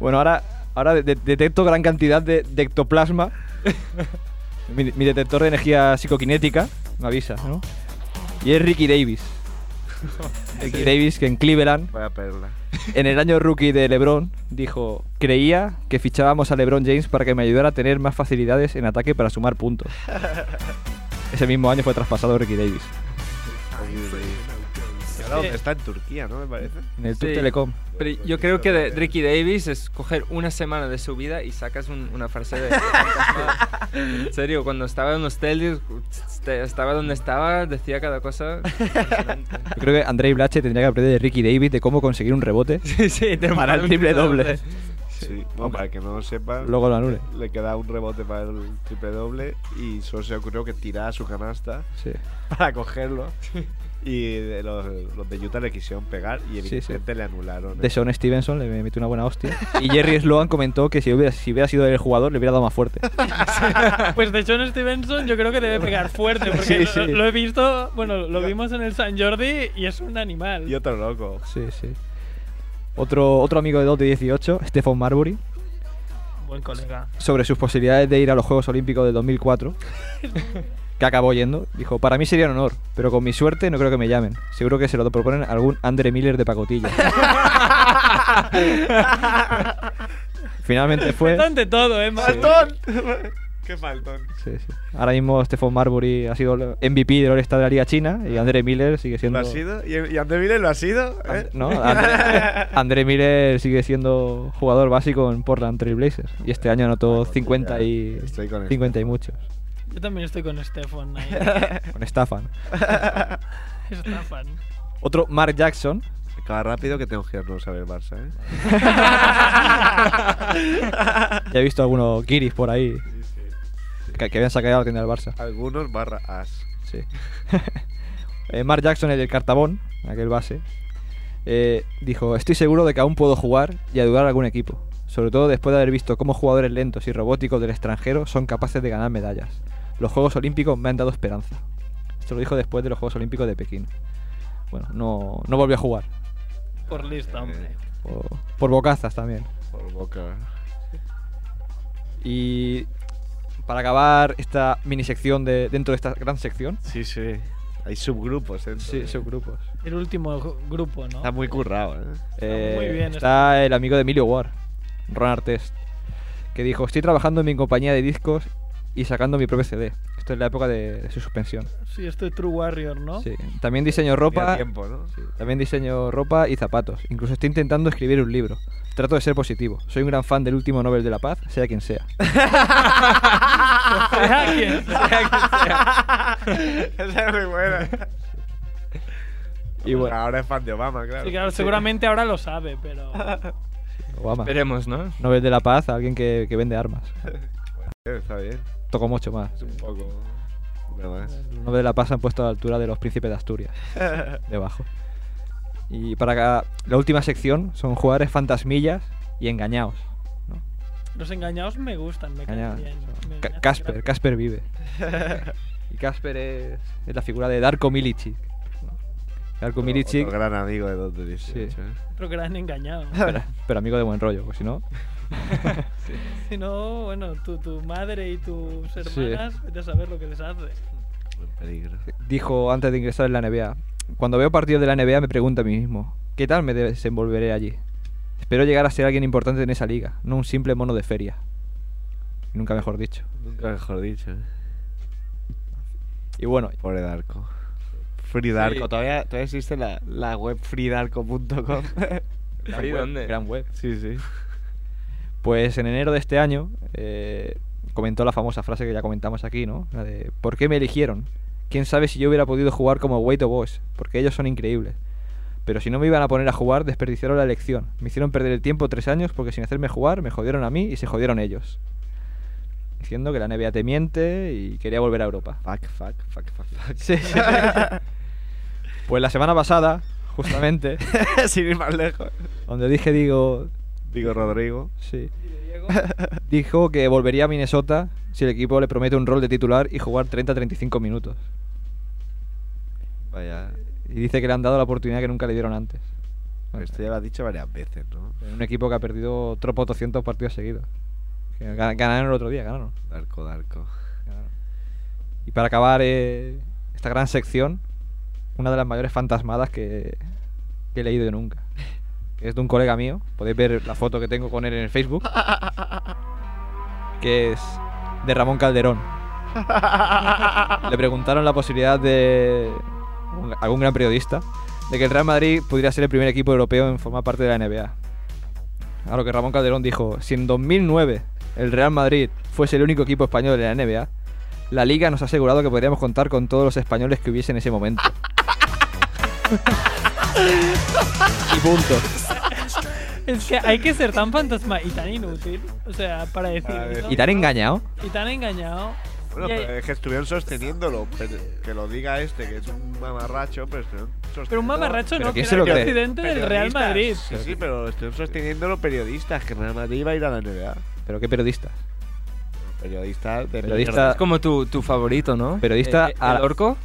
Speaker 14: Bueno, ahora, ahora de- de- detecto gran cantidad de, de ectoplasma. mi, mi detector de energía psicoquinética me avisa, ¿no? Y es Ricky Davis. Ricky Davis, que en Cleveland
Speaker 9: Voy a perla.
Speaker 14: en el año rookie de LeBron dijo, creía que fichábamos a LeBron James para que me ayudara a tener más facilidades en ataque para sumar puntos. Ese mismo año fue traspasado Ricky Davis.
Speaker 9: Y ahora dónde está en Turquía, ¿no? Me parece.
Speaker 14: En el Tour Telecom.
Speaker 16: Pero yo creo que de Ricky Davis es coger una semana de su vida y sacas un- una frase de. en serio, cuando estaba en los teles, estaba donde estaba, decía cada cosa.
Speaker 14: Yo creo que Andrei Blache tendría que aprender de Ricky Davis de cómo conseguir un rebote
Speaker 16: sí, de
Speaker 14: para el
Speaker 16: un
Speaker 14: triple
Speaker 16: doble.
Speaker 14: doble.
Speaker 9: Sí, bueno, para el que no lo sepa,
Speaker 14: Luego lo anule.
Speaker 9: le queda un rebote para el triple doble y solo se ocurrió que tirara su canasta
Speaker 14: Sí.
Speaker 9: para cogerlo. Y de los, los de Utah le quisieron pegar y
Speaker 14: Sí, sí.
Speaker 9: evidentemente le anularon.
Speaker 14: De Sean Stevenson le metió una buena hostia. Y Jerry Sloan comentó que si hubiera, si hubiera sido el jugador le hubiera dado más fuerte.
Speaker 6: Pues de John Stevenson yo creo que debe pegar fuerte,
Speaker 14: Sí,
Speaker 6: porque lo-
Speaker 14: sí.
Speaker 6: Lo, he visto, bueno, lo vimos en el San Jordi y es un animal.
Speaker 9: Y otro loco.
Speaker 14: Sí, sí. Otro, otro amigo de 2 de 18, Stephen Marbury,
Speaker 6: Buen colega.
Speaker 14: sobre sus posibilidades de ir a los Juegos Olímpicos del 2004, que acabó yendo, dijo, para mí sería un honor, pero con mi suerte no creo que me llamen. Seguro que se lo proponen a algún Andre Miller de pacotilla. Finalmente fue...
Speaker 6: Bastante todo, ¿eh? Mar?
Speaker 9: ¡Faltón! ¡Qué faltón!
Speaker 14: Sí, sí. Ahora mismo Stephen Marbury ha sido el MVP del All-Star de la Liga China y André Miller sigue siendo...
Speaker 9: ¿Lo ha sido? ¿Y, y André Miller lo ha sido?
Speaker 14: Ah,
Speaker 9: ¿Eh?
Speaker 14: No, André, André Miller sigue siendo jugador básico en Portland Trail Blazers y este año anotó 50 y,
Speaker 9: pues Estoy con esto.
Speaker 14: 50 y muchos.
Speaker 6: Yo también estoy con Stefan ahí.
Speaker 14: Con Staffan.
Speaker 6: Stefan.
Speaker 14: Otro Mark Jackson.
Speaker 17: Acaba rápido que tengo que irnos a ver Barça, ¿eh?
Speaker 14: Ya he visto algunos guiris por ahí. Que, que habían sacado la tienda del Barça.
Speaker 17: Algunos barra as.
Speaker 14: Sí. Eh, Mark Jackson, el del Cartabón, aquel base, eh, dijo: Estoy seguro de que aún puedo jugar y ayudar a algún equipo, sobre todo después de haber visto cómo jugadores lentos y robóticos del extranjero son capaces de ganar medallas. Los Juegos Olímpicos me han dado esperanza. Esto lo dijo después de los Juegos Olímpicos de Pekín. Bueno, no, no volvió a jugar.
Speaker 6: Por
Speaker 14: Eh.
Speaker 6: lista, hombre.
Speaker 14: Por, por bocazas también.
Speaker 17: Por boca.
Speaker 14: Y para acabar esta mini sección de, dentro de esta gran sección.
Speaker 17: Sí, sí. Hay subgrupos, ¿eh?
Speaker 14: Sí, subgrupos.
Speaker 6: El último ju- grupo, ¿no?
Speaker 17: Está muy currado, ¿eh?
Speaker 14: Eh,
Speaker 6: muy bien
Speaker 14: está el amigo de Emilio Ward, Ron Artest, que dijo, estoy trabajando en mi compañía de discos y sacando mi propio CD. Esto es la época de, de su suspensión.
Speaker 6: Sí, este True Warrior, ¿no?
Speaker 14: Sí. También diseño ropa.
Speaker 17: tiempo, ¿no?
Speaker 14: sí, También diseño ropa y zapatos. Incluso estoy intentando escribir un libro. Trato de ser positivo. Soy un gran fan del último Nobel de la Paz, sea quien sea.
Speaker 6: Sea quien
Speaker 17: sea. Esa es muy buena.
Speaker 14: Y bueno,
Speaker 17: Ahora es fan de Obama, claro.
Speaker 6: Sí, claro, seguramente ahora lo sabe, pero.
Speaker 14: Obama.
Speaker 16: Esperemos, ¿no?
Speaker 14: Nobel de la Paz, alguien que, que vende armas.
Speaker 17: Eh, Está bien.
Speaker 14: Tocó mucho más.
Speaker 17: Es un poco. Una más.
Speaker 14: Los Nobel de la Paz se han puesto a la altura de los príncipes de Asturias. debajo. Y para acá, la última sección son jugadores fantasmillas y engañados.
Speaker 6: Los engañados me gustan, me caen
Speaker 14: Engañados.
Speaker 6: bien. me-
Speaker 14: Ca-
Speaker 6: me hace
Speaker 14: Casper, Casper vive. Y Casper es, es la figura de Darko Milicic. ¿no? Darko Milicic,
Speaker 17: Otro gran amigo de 218.
Speaker 14: Sí.
Speaker 17: ¿eh?
Speaker 6: Otro gran engañado.
Speaker 14: pero, pero amigo de buen rollo, pues si no.
Speaker 6: Si no, bueno, tu, tu madre y tus
Speaker 14: Sí.
Speaker 6: hermanas, vete a saber lo que les hace.
Speaker 17: Buen peligro.
Speaker 14: Dijo antes de ingresar en la NBA: Cuando veo partidos de la NBA, me pregunto a mí mismo, ¿qué tal me desenvolveré allí? Espero llegar a ser alguien importante en esa liga, no un simple mono de feria. Nunca mejor dicho.
Speaker 17: Nunca mejor dicho. ¿eh?
Speaker 14: Y bueno,
Speaker 17: Pobre Darko. Fridarco.
Speaker 14: Sí.
Speaker 17: Todavía, todavía existe la, la web fridarco.com.
Speaker 14: Gran
Speaker 16: Free,
Speaker 14: web,
Speaker 16: ¿dónde?
Speaker 14: gran web.
Speaker 17: sí, sí.
Speaker 14: Pues en enero de este año eh, comentó la famosa frase que ya comentamos aquí, ¿no? La de ¿Por qué me eligieron? ¿Quién sabe si yo hubiera podido jugar como Wait o Boss? Porque ellos son increíbles. Pero si no me iban a poner a jugar, desperdiciaron la elección. Me hicieron perder el tiempo tres años porque sin hacerme jugar me jodieron a mí y se jodieron ellos. Diciendo que la NBA te miente y quería volver a Europa.
Speaker 17: Fuck, fuck, fuck, fuck, fuck.
Speaker 14: Sí. Pues la semana pasada, justamente,
Speaker 17: Sin ir más lejos.
Speaker 14: donde dije, digo,
Speaker 17: Digo Rodrigo.
Speaker 14: sí, dijo que volvería a Minnesota si el equipo le promete un rol de titular y jugar 30-35 minutos.
Speaker 17: Vaya.
Speaker 14: Y dice que le han dado la oportunidad que nunca le dieron antes.
Speaker 17: Esto ya lo has dicho varias veces, ¿no?
Speaker 14: En un equipo que ha perdido otros 200 partidos seguidos. Que ga- Ganaron el otro día, ganaron.
Speaker 17: Darko, Darko.
Speaker 14: ganaron. Y para acabar eh, esta gran sección, una de las mayores fantasmadas que, que he leído yo nunca. Que es de un colega mío. Podéis ver la foto que tengo con él en el Facebook. Que es de Ramón Calderón. Le preguntaron la posibilidad de un- algún gran periodista de que el Real Madrid pudiera ser el primer equipo europeo en formar parte de la NBA. A lo que Ramón Calderón dijo, si en 2009 el Real Madrid fuese el único equipo español en la NBA, la liga nos ha asegurado que podríamos contar con todos los españoles que hubiese en ese momento. y punto.
Speaker 6: Es que hay que ser tan fantasma y tan inútil, o sea, para decir. eso.
Speaker 14: Y te han engañado.
Speaker 6: Y tan engañado.
Speaker 17: Bueno,
Speaker 6: Y hay-
Speaker 17: pero es que estuvieron sosteniéndolo. pero que lo diga este, que es un mamarracho, pero estuvieron
Speaker 6: Pero un
Speaker 17: sosteniendo-
Speaker 6: mamarracho
Speaker 14: Pero
Speaker 6: no, que
Speaker 14: ¿quién
Speaker 6: era
Speaker 14: se
Speaker 6: el
Speaker 14: lo cree?
Speaker 6: presidente del Real
Speaker 17: Periodistas.
Speaker 6: Madrid.
Speaker 17: Sí, sí, pero estuvieron sosteniendo los periodistas, que Real Madrid iba a ir a la NBA.
Speaker 14: Pero qué periodista.
Speaker 17: Periodistas de
Speaker 14: Periodista-
Speaker 16: Es como tu, tu favorito, ¿no?
Speaker 14: Periodista
Speaker 16: Eh, eh,
Speaker 14: a-
Speaker 16: ¿El orco?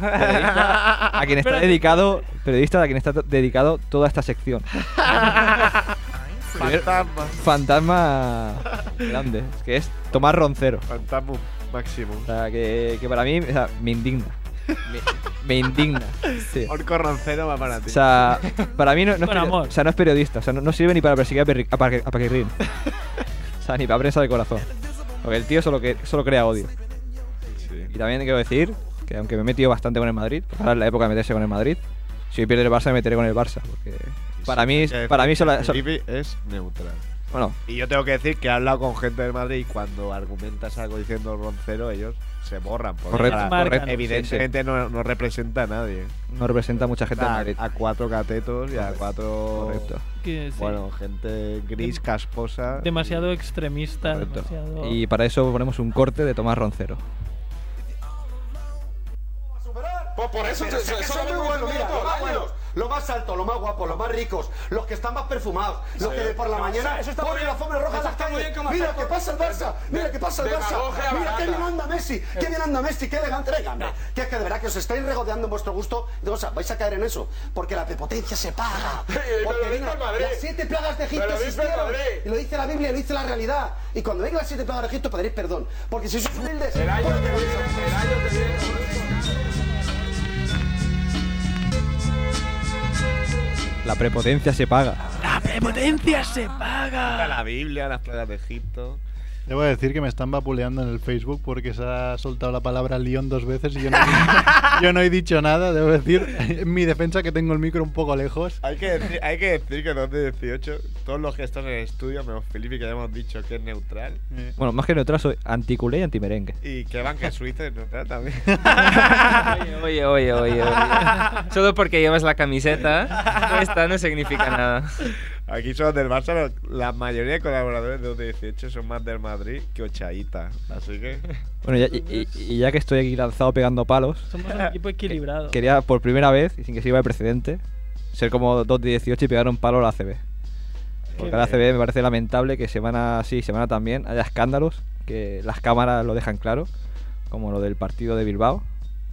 Speaker 14: A quien está dedicado, periodista a quien está dedicado toda esta sección.
Speaker 17: mierda. Fantasma.
Speaker 14: Fantasma grande, que es Tomás Roncero.
Speaker 17: Fantasma máximo.
Speaker 14: O sea, que, que para mí o sea, me indigna. Me, me indigna. Sí.
Speaker 17: Orco Roncero va para ti.
Speaker 14: O sea, para mí no, no es,
Speaker 6: Con
Speaker 14: perio-
Speaker 6: amor.
Speaker 14: o sea, no es periodista. O sea, no, no sirve ni para perseguir a, Perri- a Parque- a Paquirrín. O sea, ni para prensa de corazón. Porque el tío solo, que, solo crea odio. Y también quiero decir que aunque me he metido bastante con el Madrid, porque ahora es la época de meterse con el Madrid, si hoy pierde el Barça me meteré con el Barça. Porque para mí, para mí son las- son-
Speaker 17: Felipe es neutral.
Speaker 14: Bueno.
Speaker 9: Y yo tengo que decir que he hablado con gente de Madrid y cuando argumentas algo diciendo roncero, ellos se borran. Porque
Speaker 14: Correcto,
Speaker 9: para-
Speaker 14: correcto.
Speaker 9: Evidentemente No, no representa a nadie.
Speaker 14: No representa a mucha gente de
Speaker 9: A,
Speaker 14: Madrid.
Speaker 9: a cuatro catetos y a cuatro.
Speaker 6: Que sí.
Speaker 9: Bueno, gente gris,
Speaker 6: Dem-
Speaker 9: casposa.
Speaker 6: Demasiado extremista, demasiado...
Speaker 14: Y para eso ponemos un corte de Tomás Roncero.
Speaker 18: Pues por eso,
Speaker 5: Pero
Speaker 18: te-
Speaker 5: si es que
Speaker 18: eso
Speaker 5: son
Speaker 18: es
Speaker 5: muy
Speaker 18: muy bueno,
Speaker 5: buenos,
Speaker 18: mira,
Speaker 5: mira,
Speaker 18: lo más
Speaker 5: bueno.
Speaker 18: bueno, lo más alto, lo más guapo, los más ricos, los que están más perfumados, los
Speaker 5: Sí.
Speaker 18: que de por la
Speaker 5: No,
Speaker 18: mañana
Speaker 5: eso- eso está muy
Speaker 18: ponen
Speaker 5: bien.
Speaker 18: la alfombra roja en
Speaker 5: Eso
Speaker 18: las
Speaker 5: está muy bien
Speaker 18: calles.
Speaker 5: como
Speaker 18: Mira
Speaker 5: hacer
Speaker 18: que pasa el Barça, mira que pasa el
Speaker 5: demagogia
Speaker 18: Barça, mira
Speaker 5: barata.
Speaker 18: que bien anda Messi, que bien anda Messi, qué elegante eres, hombre. Que es que de verdad que os estáis regodeando en vuestro gusto, de cosas, vais a caer en eso, porque la prepotencia se paga.
Speaker 5: me lo
Speaker 18: Porque
Speaker 5: dice
Speaker 18: venga,
Speaker 5: el Madrid.
Speaker 18: las siete plagas de
Speaker 5: Me
Speaker 18: Egipto
Speaker 5: lo dice el
Speaker 18: existieron,
Speaker 5: Madrid.
Speaker 18: y lo dice la Biblia, y lo dice la realidad. Y cuando venga las siete plagas de Egipto pediréis perdón, porque si sois humildes...
Speaker 14: La prepotencia se paga.
Speaker 9: La prepotencia se paga. La Biblia, las plagas de Egipto.
Speaker 10: Debo decir que me están vapuleando en el Facebook porque se ha soltado la palabra León dos veces y yo no, yo no he dicho nada. Debo decir, en mi defensa, que tengo el micro un poco lejos.
Speaker 9: Hay que, decir, hay que decir que 2018, todos los que están en el estudio, menos Felipe, que ya hemos dicho que es neutral,
Speaker 14: Bueno, más que neutral, soy anticulé y antimerengue.
Speaker 9: y que van que Suiza es neutral también.
Speaker 16: Oye, oye, oye, oye. Solo porque llevas la camiseta, esta no significa nada.
Speaker 9: Aquí son del Barça, pero la mayoría de colaboradores de 2018 son más del Madrid que Ochaíta. Así que.
Speaker 14: Bueno, ya- y, y- y ya que estoy aquí lanzado pegando palos,
Speaker 6: Somos un equipo equilibrado.
Speaker 14: quería por primera vez, y sin que sirva de precedente, ser como 2 de 18 y pegar un palo a la ACB. Porque a la ACB me parece lamentable que semana sí, semana también haya escándalos, que las cámaras lo dejan claro, como lo del partido de Bilbao,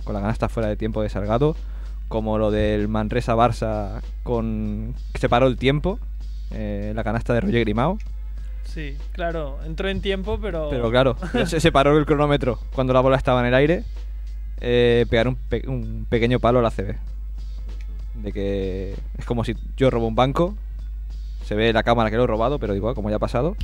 Speaker 14: con la canasta fuera de tiempo de Salgado, como lo del Manresa-Barça con... que se paró el tiempo, eh, la canasta de Roger Grimao.
Speaker 6: Sí, claro, entró en tiempo, pero...
Speaker 14: Pero claro, se se paró el cronómetro cuando la bola estaba en el aire. eh, pegar un, pe- un pequeño palo a la CB. De que es como si yo robo un banco. Se ve la cámara que lo he robado, pero igual, como ya ha pasado.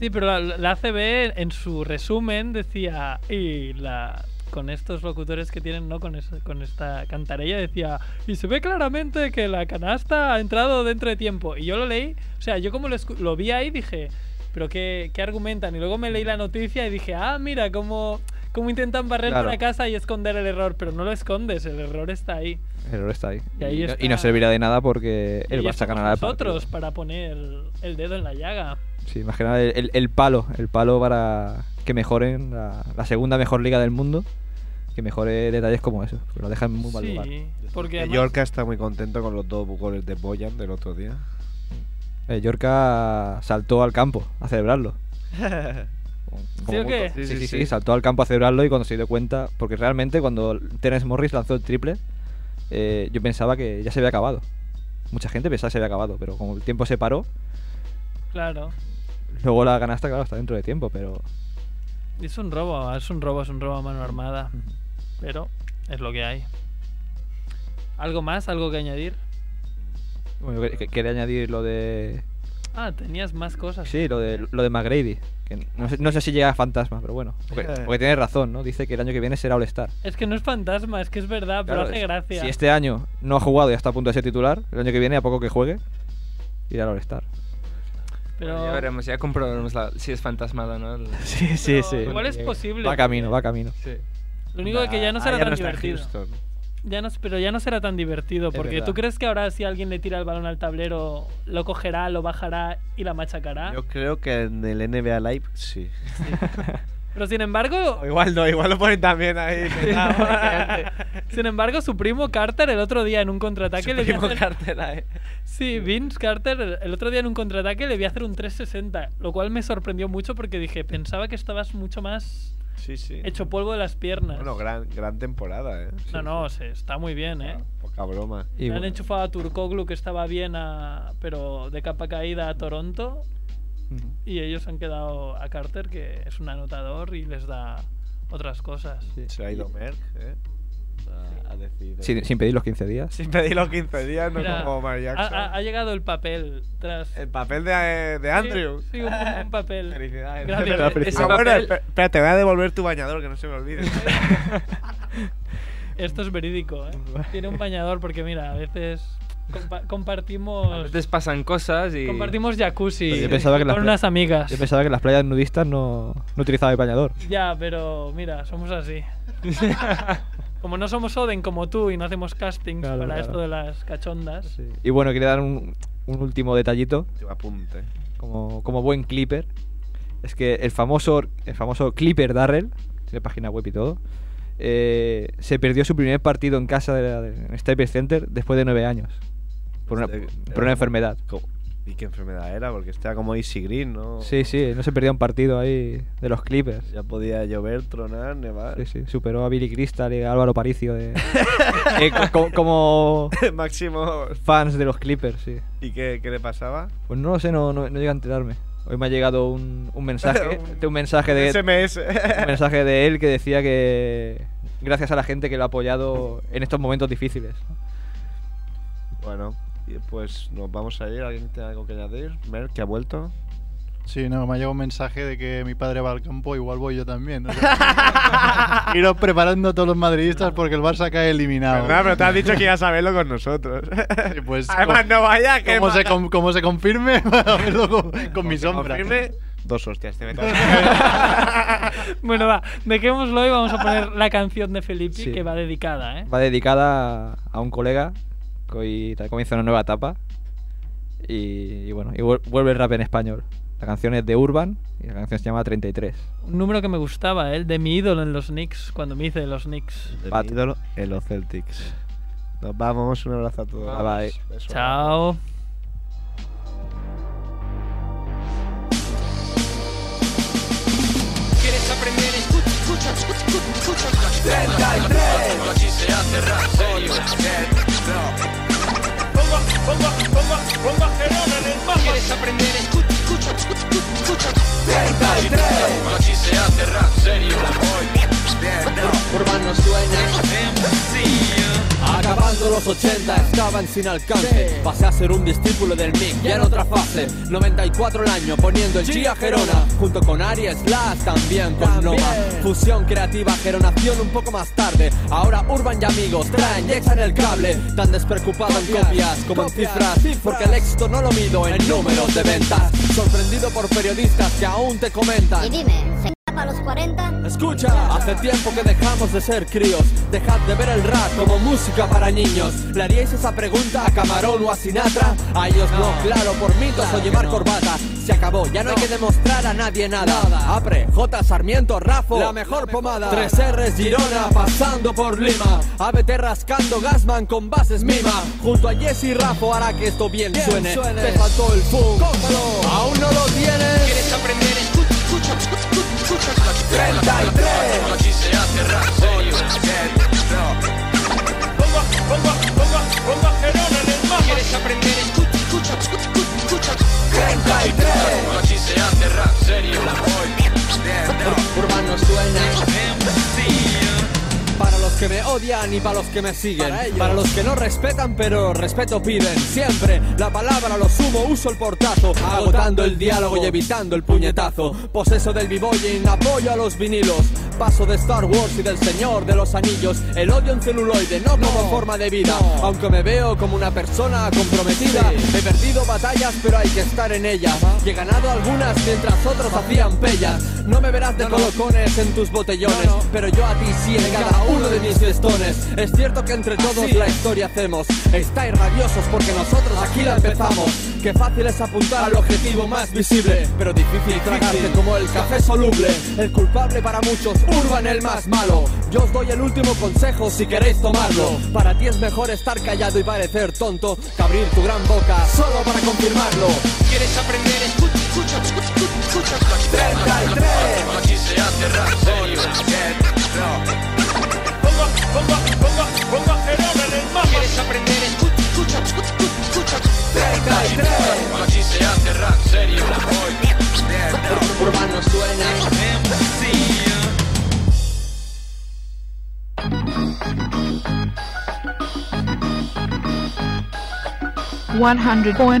Speaker 6: Sí, pero la, la ACB en su resumen decía, y la con estos locutores que tienen, ¿no? Con, eso- con esta cantarella decía, y se ve claramente que la canasta ha entrado dentro de tiempo. Y yo lo leí, o sea, yo como lo, escu- lo vi ahí dije, pero qué, qué argumentan. Y luego me leí la noticia y dije, ah, mira, cómo, cómo intentan barrer
Speaker 14: Claro.
Speaker 6: una casa y esconder el error, pero no lo escondes, el error está ahí.
Speaker 14: El error está ahí.
Speaker 6: Y ahí
Speaker 14: no-
Speaker 6: está.
Speaker 14: no servirá de nada porque el
Speaker 6: Y
Speaker 14: Barça
Speaker 6: estamos
Speaker 14: ganará el partido.
Speaker 6: nosotros para poner el dedo en la llaga.
Speaker 14: Sí, más que nada el, el- el palo. El palo para que mejoren la, la segunda mejor liga del mundo. Que mejore detalles como eso. porque Lo dejan en muy mal
Speaker 6: Sí,
Speaker 14: lugar.
Speaker 6: porque
Speaker 9: El
Speaker 6: además-
Speaker 9: Yorka está muy contento con los dos goles de Boyan del otro día.
Speaker 14: Eh, Yorka saltó al campo a celebrarlo.
Speaker 6: ¿Sí o
Speaker 14: Como-
Speaker 6: qué?
Speaker 14: Sí, sí, sí, saltó al campo a celebrarlo y cuando se dio cuenta, porque realmente cuando Terence Morris lanzó el triple, eh, yo pensaba que ya se había acabado. Mucha gente pensaba que se había acabado, pero como el tiempo se paró,
Speaker 6: Claro.
Speaker 14: luego la canasta, claro, está dentro de tiempo, pero
Speaker 6: Es un robo, es un robo, es un robo a mano armada. Pero es lo que hay. ¿Algo más? ¿Algo que añadir?
Speaker 14: bueno, que- que- quería añadir lo de...
Speaker 6: Ah, tenías más cosas.
Speaker 14: Sí, lo de, lo de McGrady, que no sé, no sé si llega a Fantasma, pero bueno, porque, porque tiene razón, ¿no? Dice que el año que viene será All-Star.
Speaker 6: Es que no es fantasma, es que es
Speaker 14: Claro,
Speaker 6: verdad, pero hace
Speaker 14: es-
Speaker 6: gracia.
Speaker 14: Si este año no ha jugado y está a punto de ser titular, el año que viene, a poco que juegue, irá al All-Star.
Speaker 6: Pero-
Speaker 16: Ya veremos, ya comprobaremos la- si es fantasmada o no. el-
Speaker 14: Sí, sí, sí.
Speaker 6: igual es posible,
Speaker 14: Va camino, va camino.
Speaker 16: Sí.
Speaker 6: Lo único que ya no será
Speaker 9: Ah, ya
Speaker 6: tan
Speaker 9: no está en
Speaker 6: divertido.
Speaker 9: Houston.
Speaker 6: Ya no, pero ya no será tan divertido, porque
Speaker 9: verdad.
Speaker 6: ¿tú crees que ahora si alguien le tira el balón al tablero, lo cogerá, lo bajará y la machacará?
Speaker 9: Yo creo que en el NBA Live sí.
Speaker 6: Pero sin embargo,
Speaker 9: O igual no, igual lo ponen también ahí.
Speaker 6: sin embargo, su primo Carter el otro día en un contraataque le
Speaker 16: primo ¿eh?
Speaker 6: vi hacer... Sí, Vince Carter el- el otro día en un contraataque le vi hacer un 360, lo cual me sorprendió mucho porque dije, pensaba que estabas mucho más
Speaker 9: Sí, sí.
Speaker 6: hecho polvo de las piernas.
Speaker 9: Bueno, gran, gran temporada, ¿eh?
Speaker 6: no, no, se- está muy bien, ¿eh?
Speaker 9: Poca broma.
Speaker 6: Le han enchufado a Turkoglu que estaba bien, a- pero de capa caída a Toronto. Y ellos han quedado a Carter, que es un anotador y les da otras cosas.
Speaker 9: Se ha ido Merck, ¿eh? A, a decir.
Speaker 14: Sin, sin pedir los 15 días.
Speaker 9: Sin pedir los 15 días, no
Speaker 6: Mira,
Speaker 9: como Omar Jackson.
Speaker 6: Ha, ha- ha llegado el papel tras.
Speaker 9: El papel de, de Andrew.
Speaker 6: Sí, sí, un, un papel. Felicidades.
Speaker 9: Pero- Ah, bueno, espe- espera, te voy a devolver tu bañador, que no se me olvide.
Speaker 6: Esto es verídico, ¿eh? Tiene un bañador porque, mira, a veces Compa- compartimos,
Speaker 16: Entonces pasan cosas y...
Speaker 6: compartimos jacuzzi
Speaker 14: Yo pensaba que las
Speaker 6: con
Speaker 14: pla-
Speaker 6: unas amigas.
Speaker 14: Yo pensaba que las playas nudistas no, no utilizaban el bañador.
Speaker 6: Ya, pero mira, somos así. como no somos Oden como tú y no hacemos castings
Speaker 14: Claro,
Speaker 6: para
Speaker 14: claro.
Speaker 6: esto de las cachondas.
Speaker 14: Y bueno, quería dar un, un último detallito.
Speaker 17: apunte.
Speaker 14: Como, como buen clipper. Es que el famoso, el famoso clipper Darrell, tiene página web y todo, eh, se perdió su primer partido en casa de la- de- en Staples Center después de nueve años. Por una, por una enfermedad.
Speaker 17: ¿Y qué enfermedad era? Porque estaba como Easy Green, ¿no?
Speaker 14: Sí, sí, no se perdía un partido ahí de los clippers.
Speaker 17: Ya podía llover, tronar, nevar.
Speaker 14: Sí, sí, superó a Billy Crystal y a Álvaro Paricio de, eh, co- co- como
Speaker 17: Máximo.
Speaker 14: fans de los clippers, sí.
Speaker 17: ¿Y qué, qué le pasaba?
Speaker 14: Pues no lo sé, no, no, no llego a enterarme. Hoy me ha llegado un, un mensaje,
Speaker 17: Un-
Speaker 14: de un mensaje de
Speaker 17: SMS.
Speaker 14: un mensaje de él que decía que gracias a la gente que lo ha apoyado en estos momentos difíciles.
Speaker 17: Bueno, y pues nos vamos a ir. ¿Alguien tiene algo que añadir? Mer, que ha vuelto.
Speaker 10: Sí, no, me ha llegado un mensaje de que mi padre va al campo, igual voy yo también. o sea, iros preparando a todos los madridistas porque el Barça cae eliminado.
Speaker 17: Perdona, pero te has dicho que ibas a verlo con nosotros.
Speaker 10: Sí, pues,
Speaker 17: Además,
Speaker 10: com-
Speaker 17: no vaya que
Speaker 10: Como se,
Speaker 17: mala-
Speaker 10: com- como se confirme, para verlo con, con mi sombra.
Speaker 17: Confirme. Dos hostias, te meto.
Speaker 6: Bueno, va, dejémoslo y vamos a poner la canción de Felipe
Speaker 14: Sí.
Speaker 6: que va dedicada, ¿eh?
Speaker 14: Va dedicada a, a un colega que hoy ta- comienza una nueva etapa y, y bueno, y vuel- vuelve el rap en español. La canción es de Urban y la canción se llama 33.
Speaker 6: Un número que me gustaba, ¿eh? el de mi ídolo en los Knicks, cuando me hice de los Knicks.
Speaker 17: Mi ídolo en los Celtics. Nos vamos, un abrazo a todos.
Speaker 14: Bye, bye.
Speaker 17: Beso.
Speaker 6: Chao.
Speaker 15: ¿Quieres aprender? Escucha, escucha, escucha, escucha, escucha. Aquí se hace rap serio. Pongo, pongo, pongo, pongo a Gerona en el mapa. ¿Quieres aprender? Escucha, escucha, escucha, escucha. 33. Aquí se hace rap serio. Urbano suena.
Speaker 19: Acabando los 80 estaban sin alcance Pasé a ser un discípulo del MIG ya en otra fase 94 el año poniendo el G a Gerona Junto con Aries Las también con Noma Fusión creativa, geronación un poco más tarde Ahora Urban y amigos traen y echan el cable Tan despreocupado en copias como en cifras Porque el éxito no lo mido en números de ventas Sorprendido por periodistas que aún te comentan
Speaker 20: Y dime, ¿se capa a los 40?
Speaker 19: Escucha, hace tiempo que dejamos de ser críos. Dejad de ver el rap como música para niños. ¿Le haríais esa pregunta a Camarón o a Sinatra? A ellos no, claro, por mitos o llevar corbata. Se acabó, ya no, hay que demostrar a nadie nada. Apre, J, Sarmiento, Rafo, la mejor pomada. Tres R's Girona, pasando por Lima. ABT rascando Gasman con bases Mima. Junto a Jesse y Rafo hará que esto bien,
Speaker 15: Bien
Speaker 19: suene.
Speaker 15: suene.
Speaker 19: Te faltó el funk, aún no lo tienes.
Speaker 15: ¿Quieres aprender? Escucha, escucha, escucha, escucha. 33. Aquí se hace rap serio. Pongo, pongo, pongo, pongo a Gerona en el mapa. ¿Quieres aprender? Escucha, escucha, escucha, escucha. 33. Aquí se hace rap serio.
Speaker 19: Urbano suena Para los que me odian y para los que me siguen Para, los que no respetan pero respeto piden Siempre la palabra lo sumo, uso el portazo Agotando el diálogo y evitando el puñetazo Poseso del b-boying, apoyo a los vinilos Paso de Star Wars y del Señor de los Anillos El odio en celuloide, no como forma de vida Aunque me veo como una persona comprometida He perdido batallas pero hay que estar en ellas Y he ganado algunas mientras otros hacían pellas No me verás de colocones en tus botellones Pero yo a ti sí en cada uno de mis festones Es cierto que entre todos la historia hacemos Estáis rabiosos porque nosotros aquí la empezamos Que fácil es apuntar al objetivo más visible Pero difícil tragarte como el café soluble El culpable para muchos, Urban el más malo Yo os doy el último consejo si queréis tomarlo Para ti es mejor estar callado y parecer tonto Que abrir tu gran boca solo para confirmarlo
Speaker 15: ¿Quieres aprender? Escucha, escucha, escucha, escucha. 33. Aquí se hace rap serio. Pongo, pongo, pongo, pongo a Gerona en el mapa. ¿Quieres aprender? Escucha, escucha, escucha, escucha. 33. Aquí se hace rap serio.
Speaker 19: Urbano suena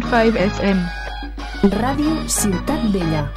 Speaker 21: FM.
Speaker 22: 100.5 FM.
Speaker 21: Radio Ciutat Vella.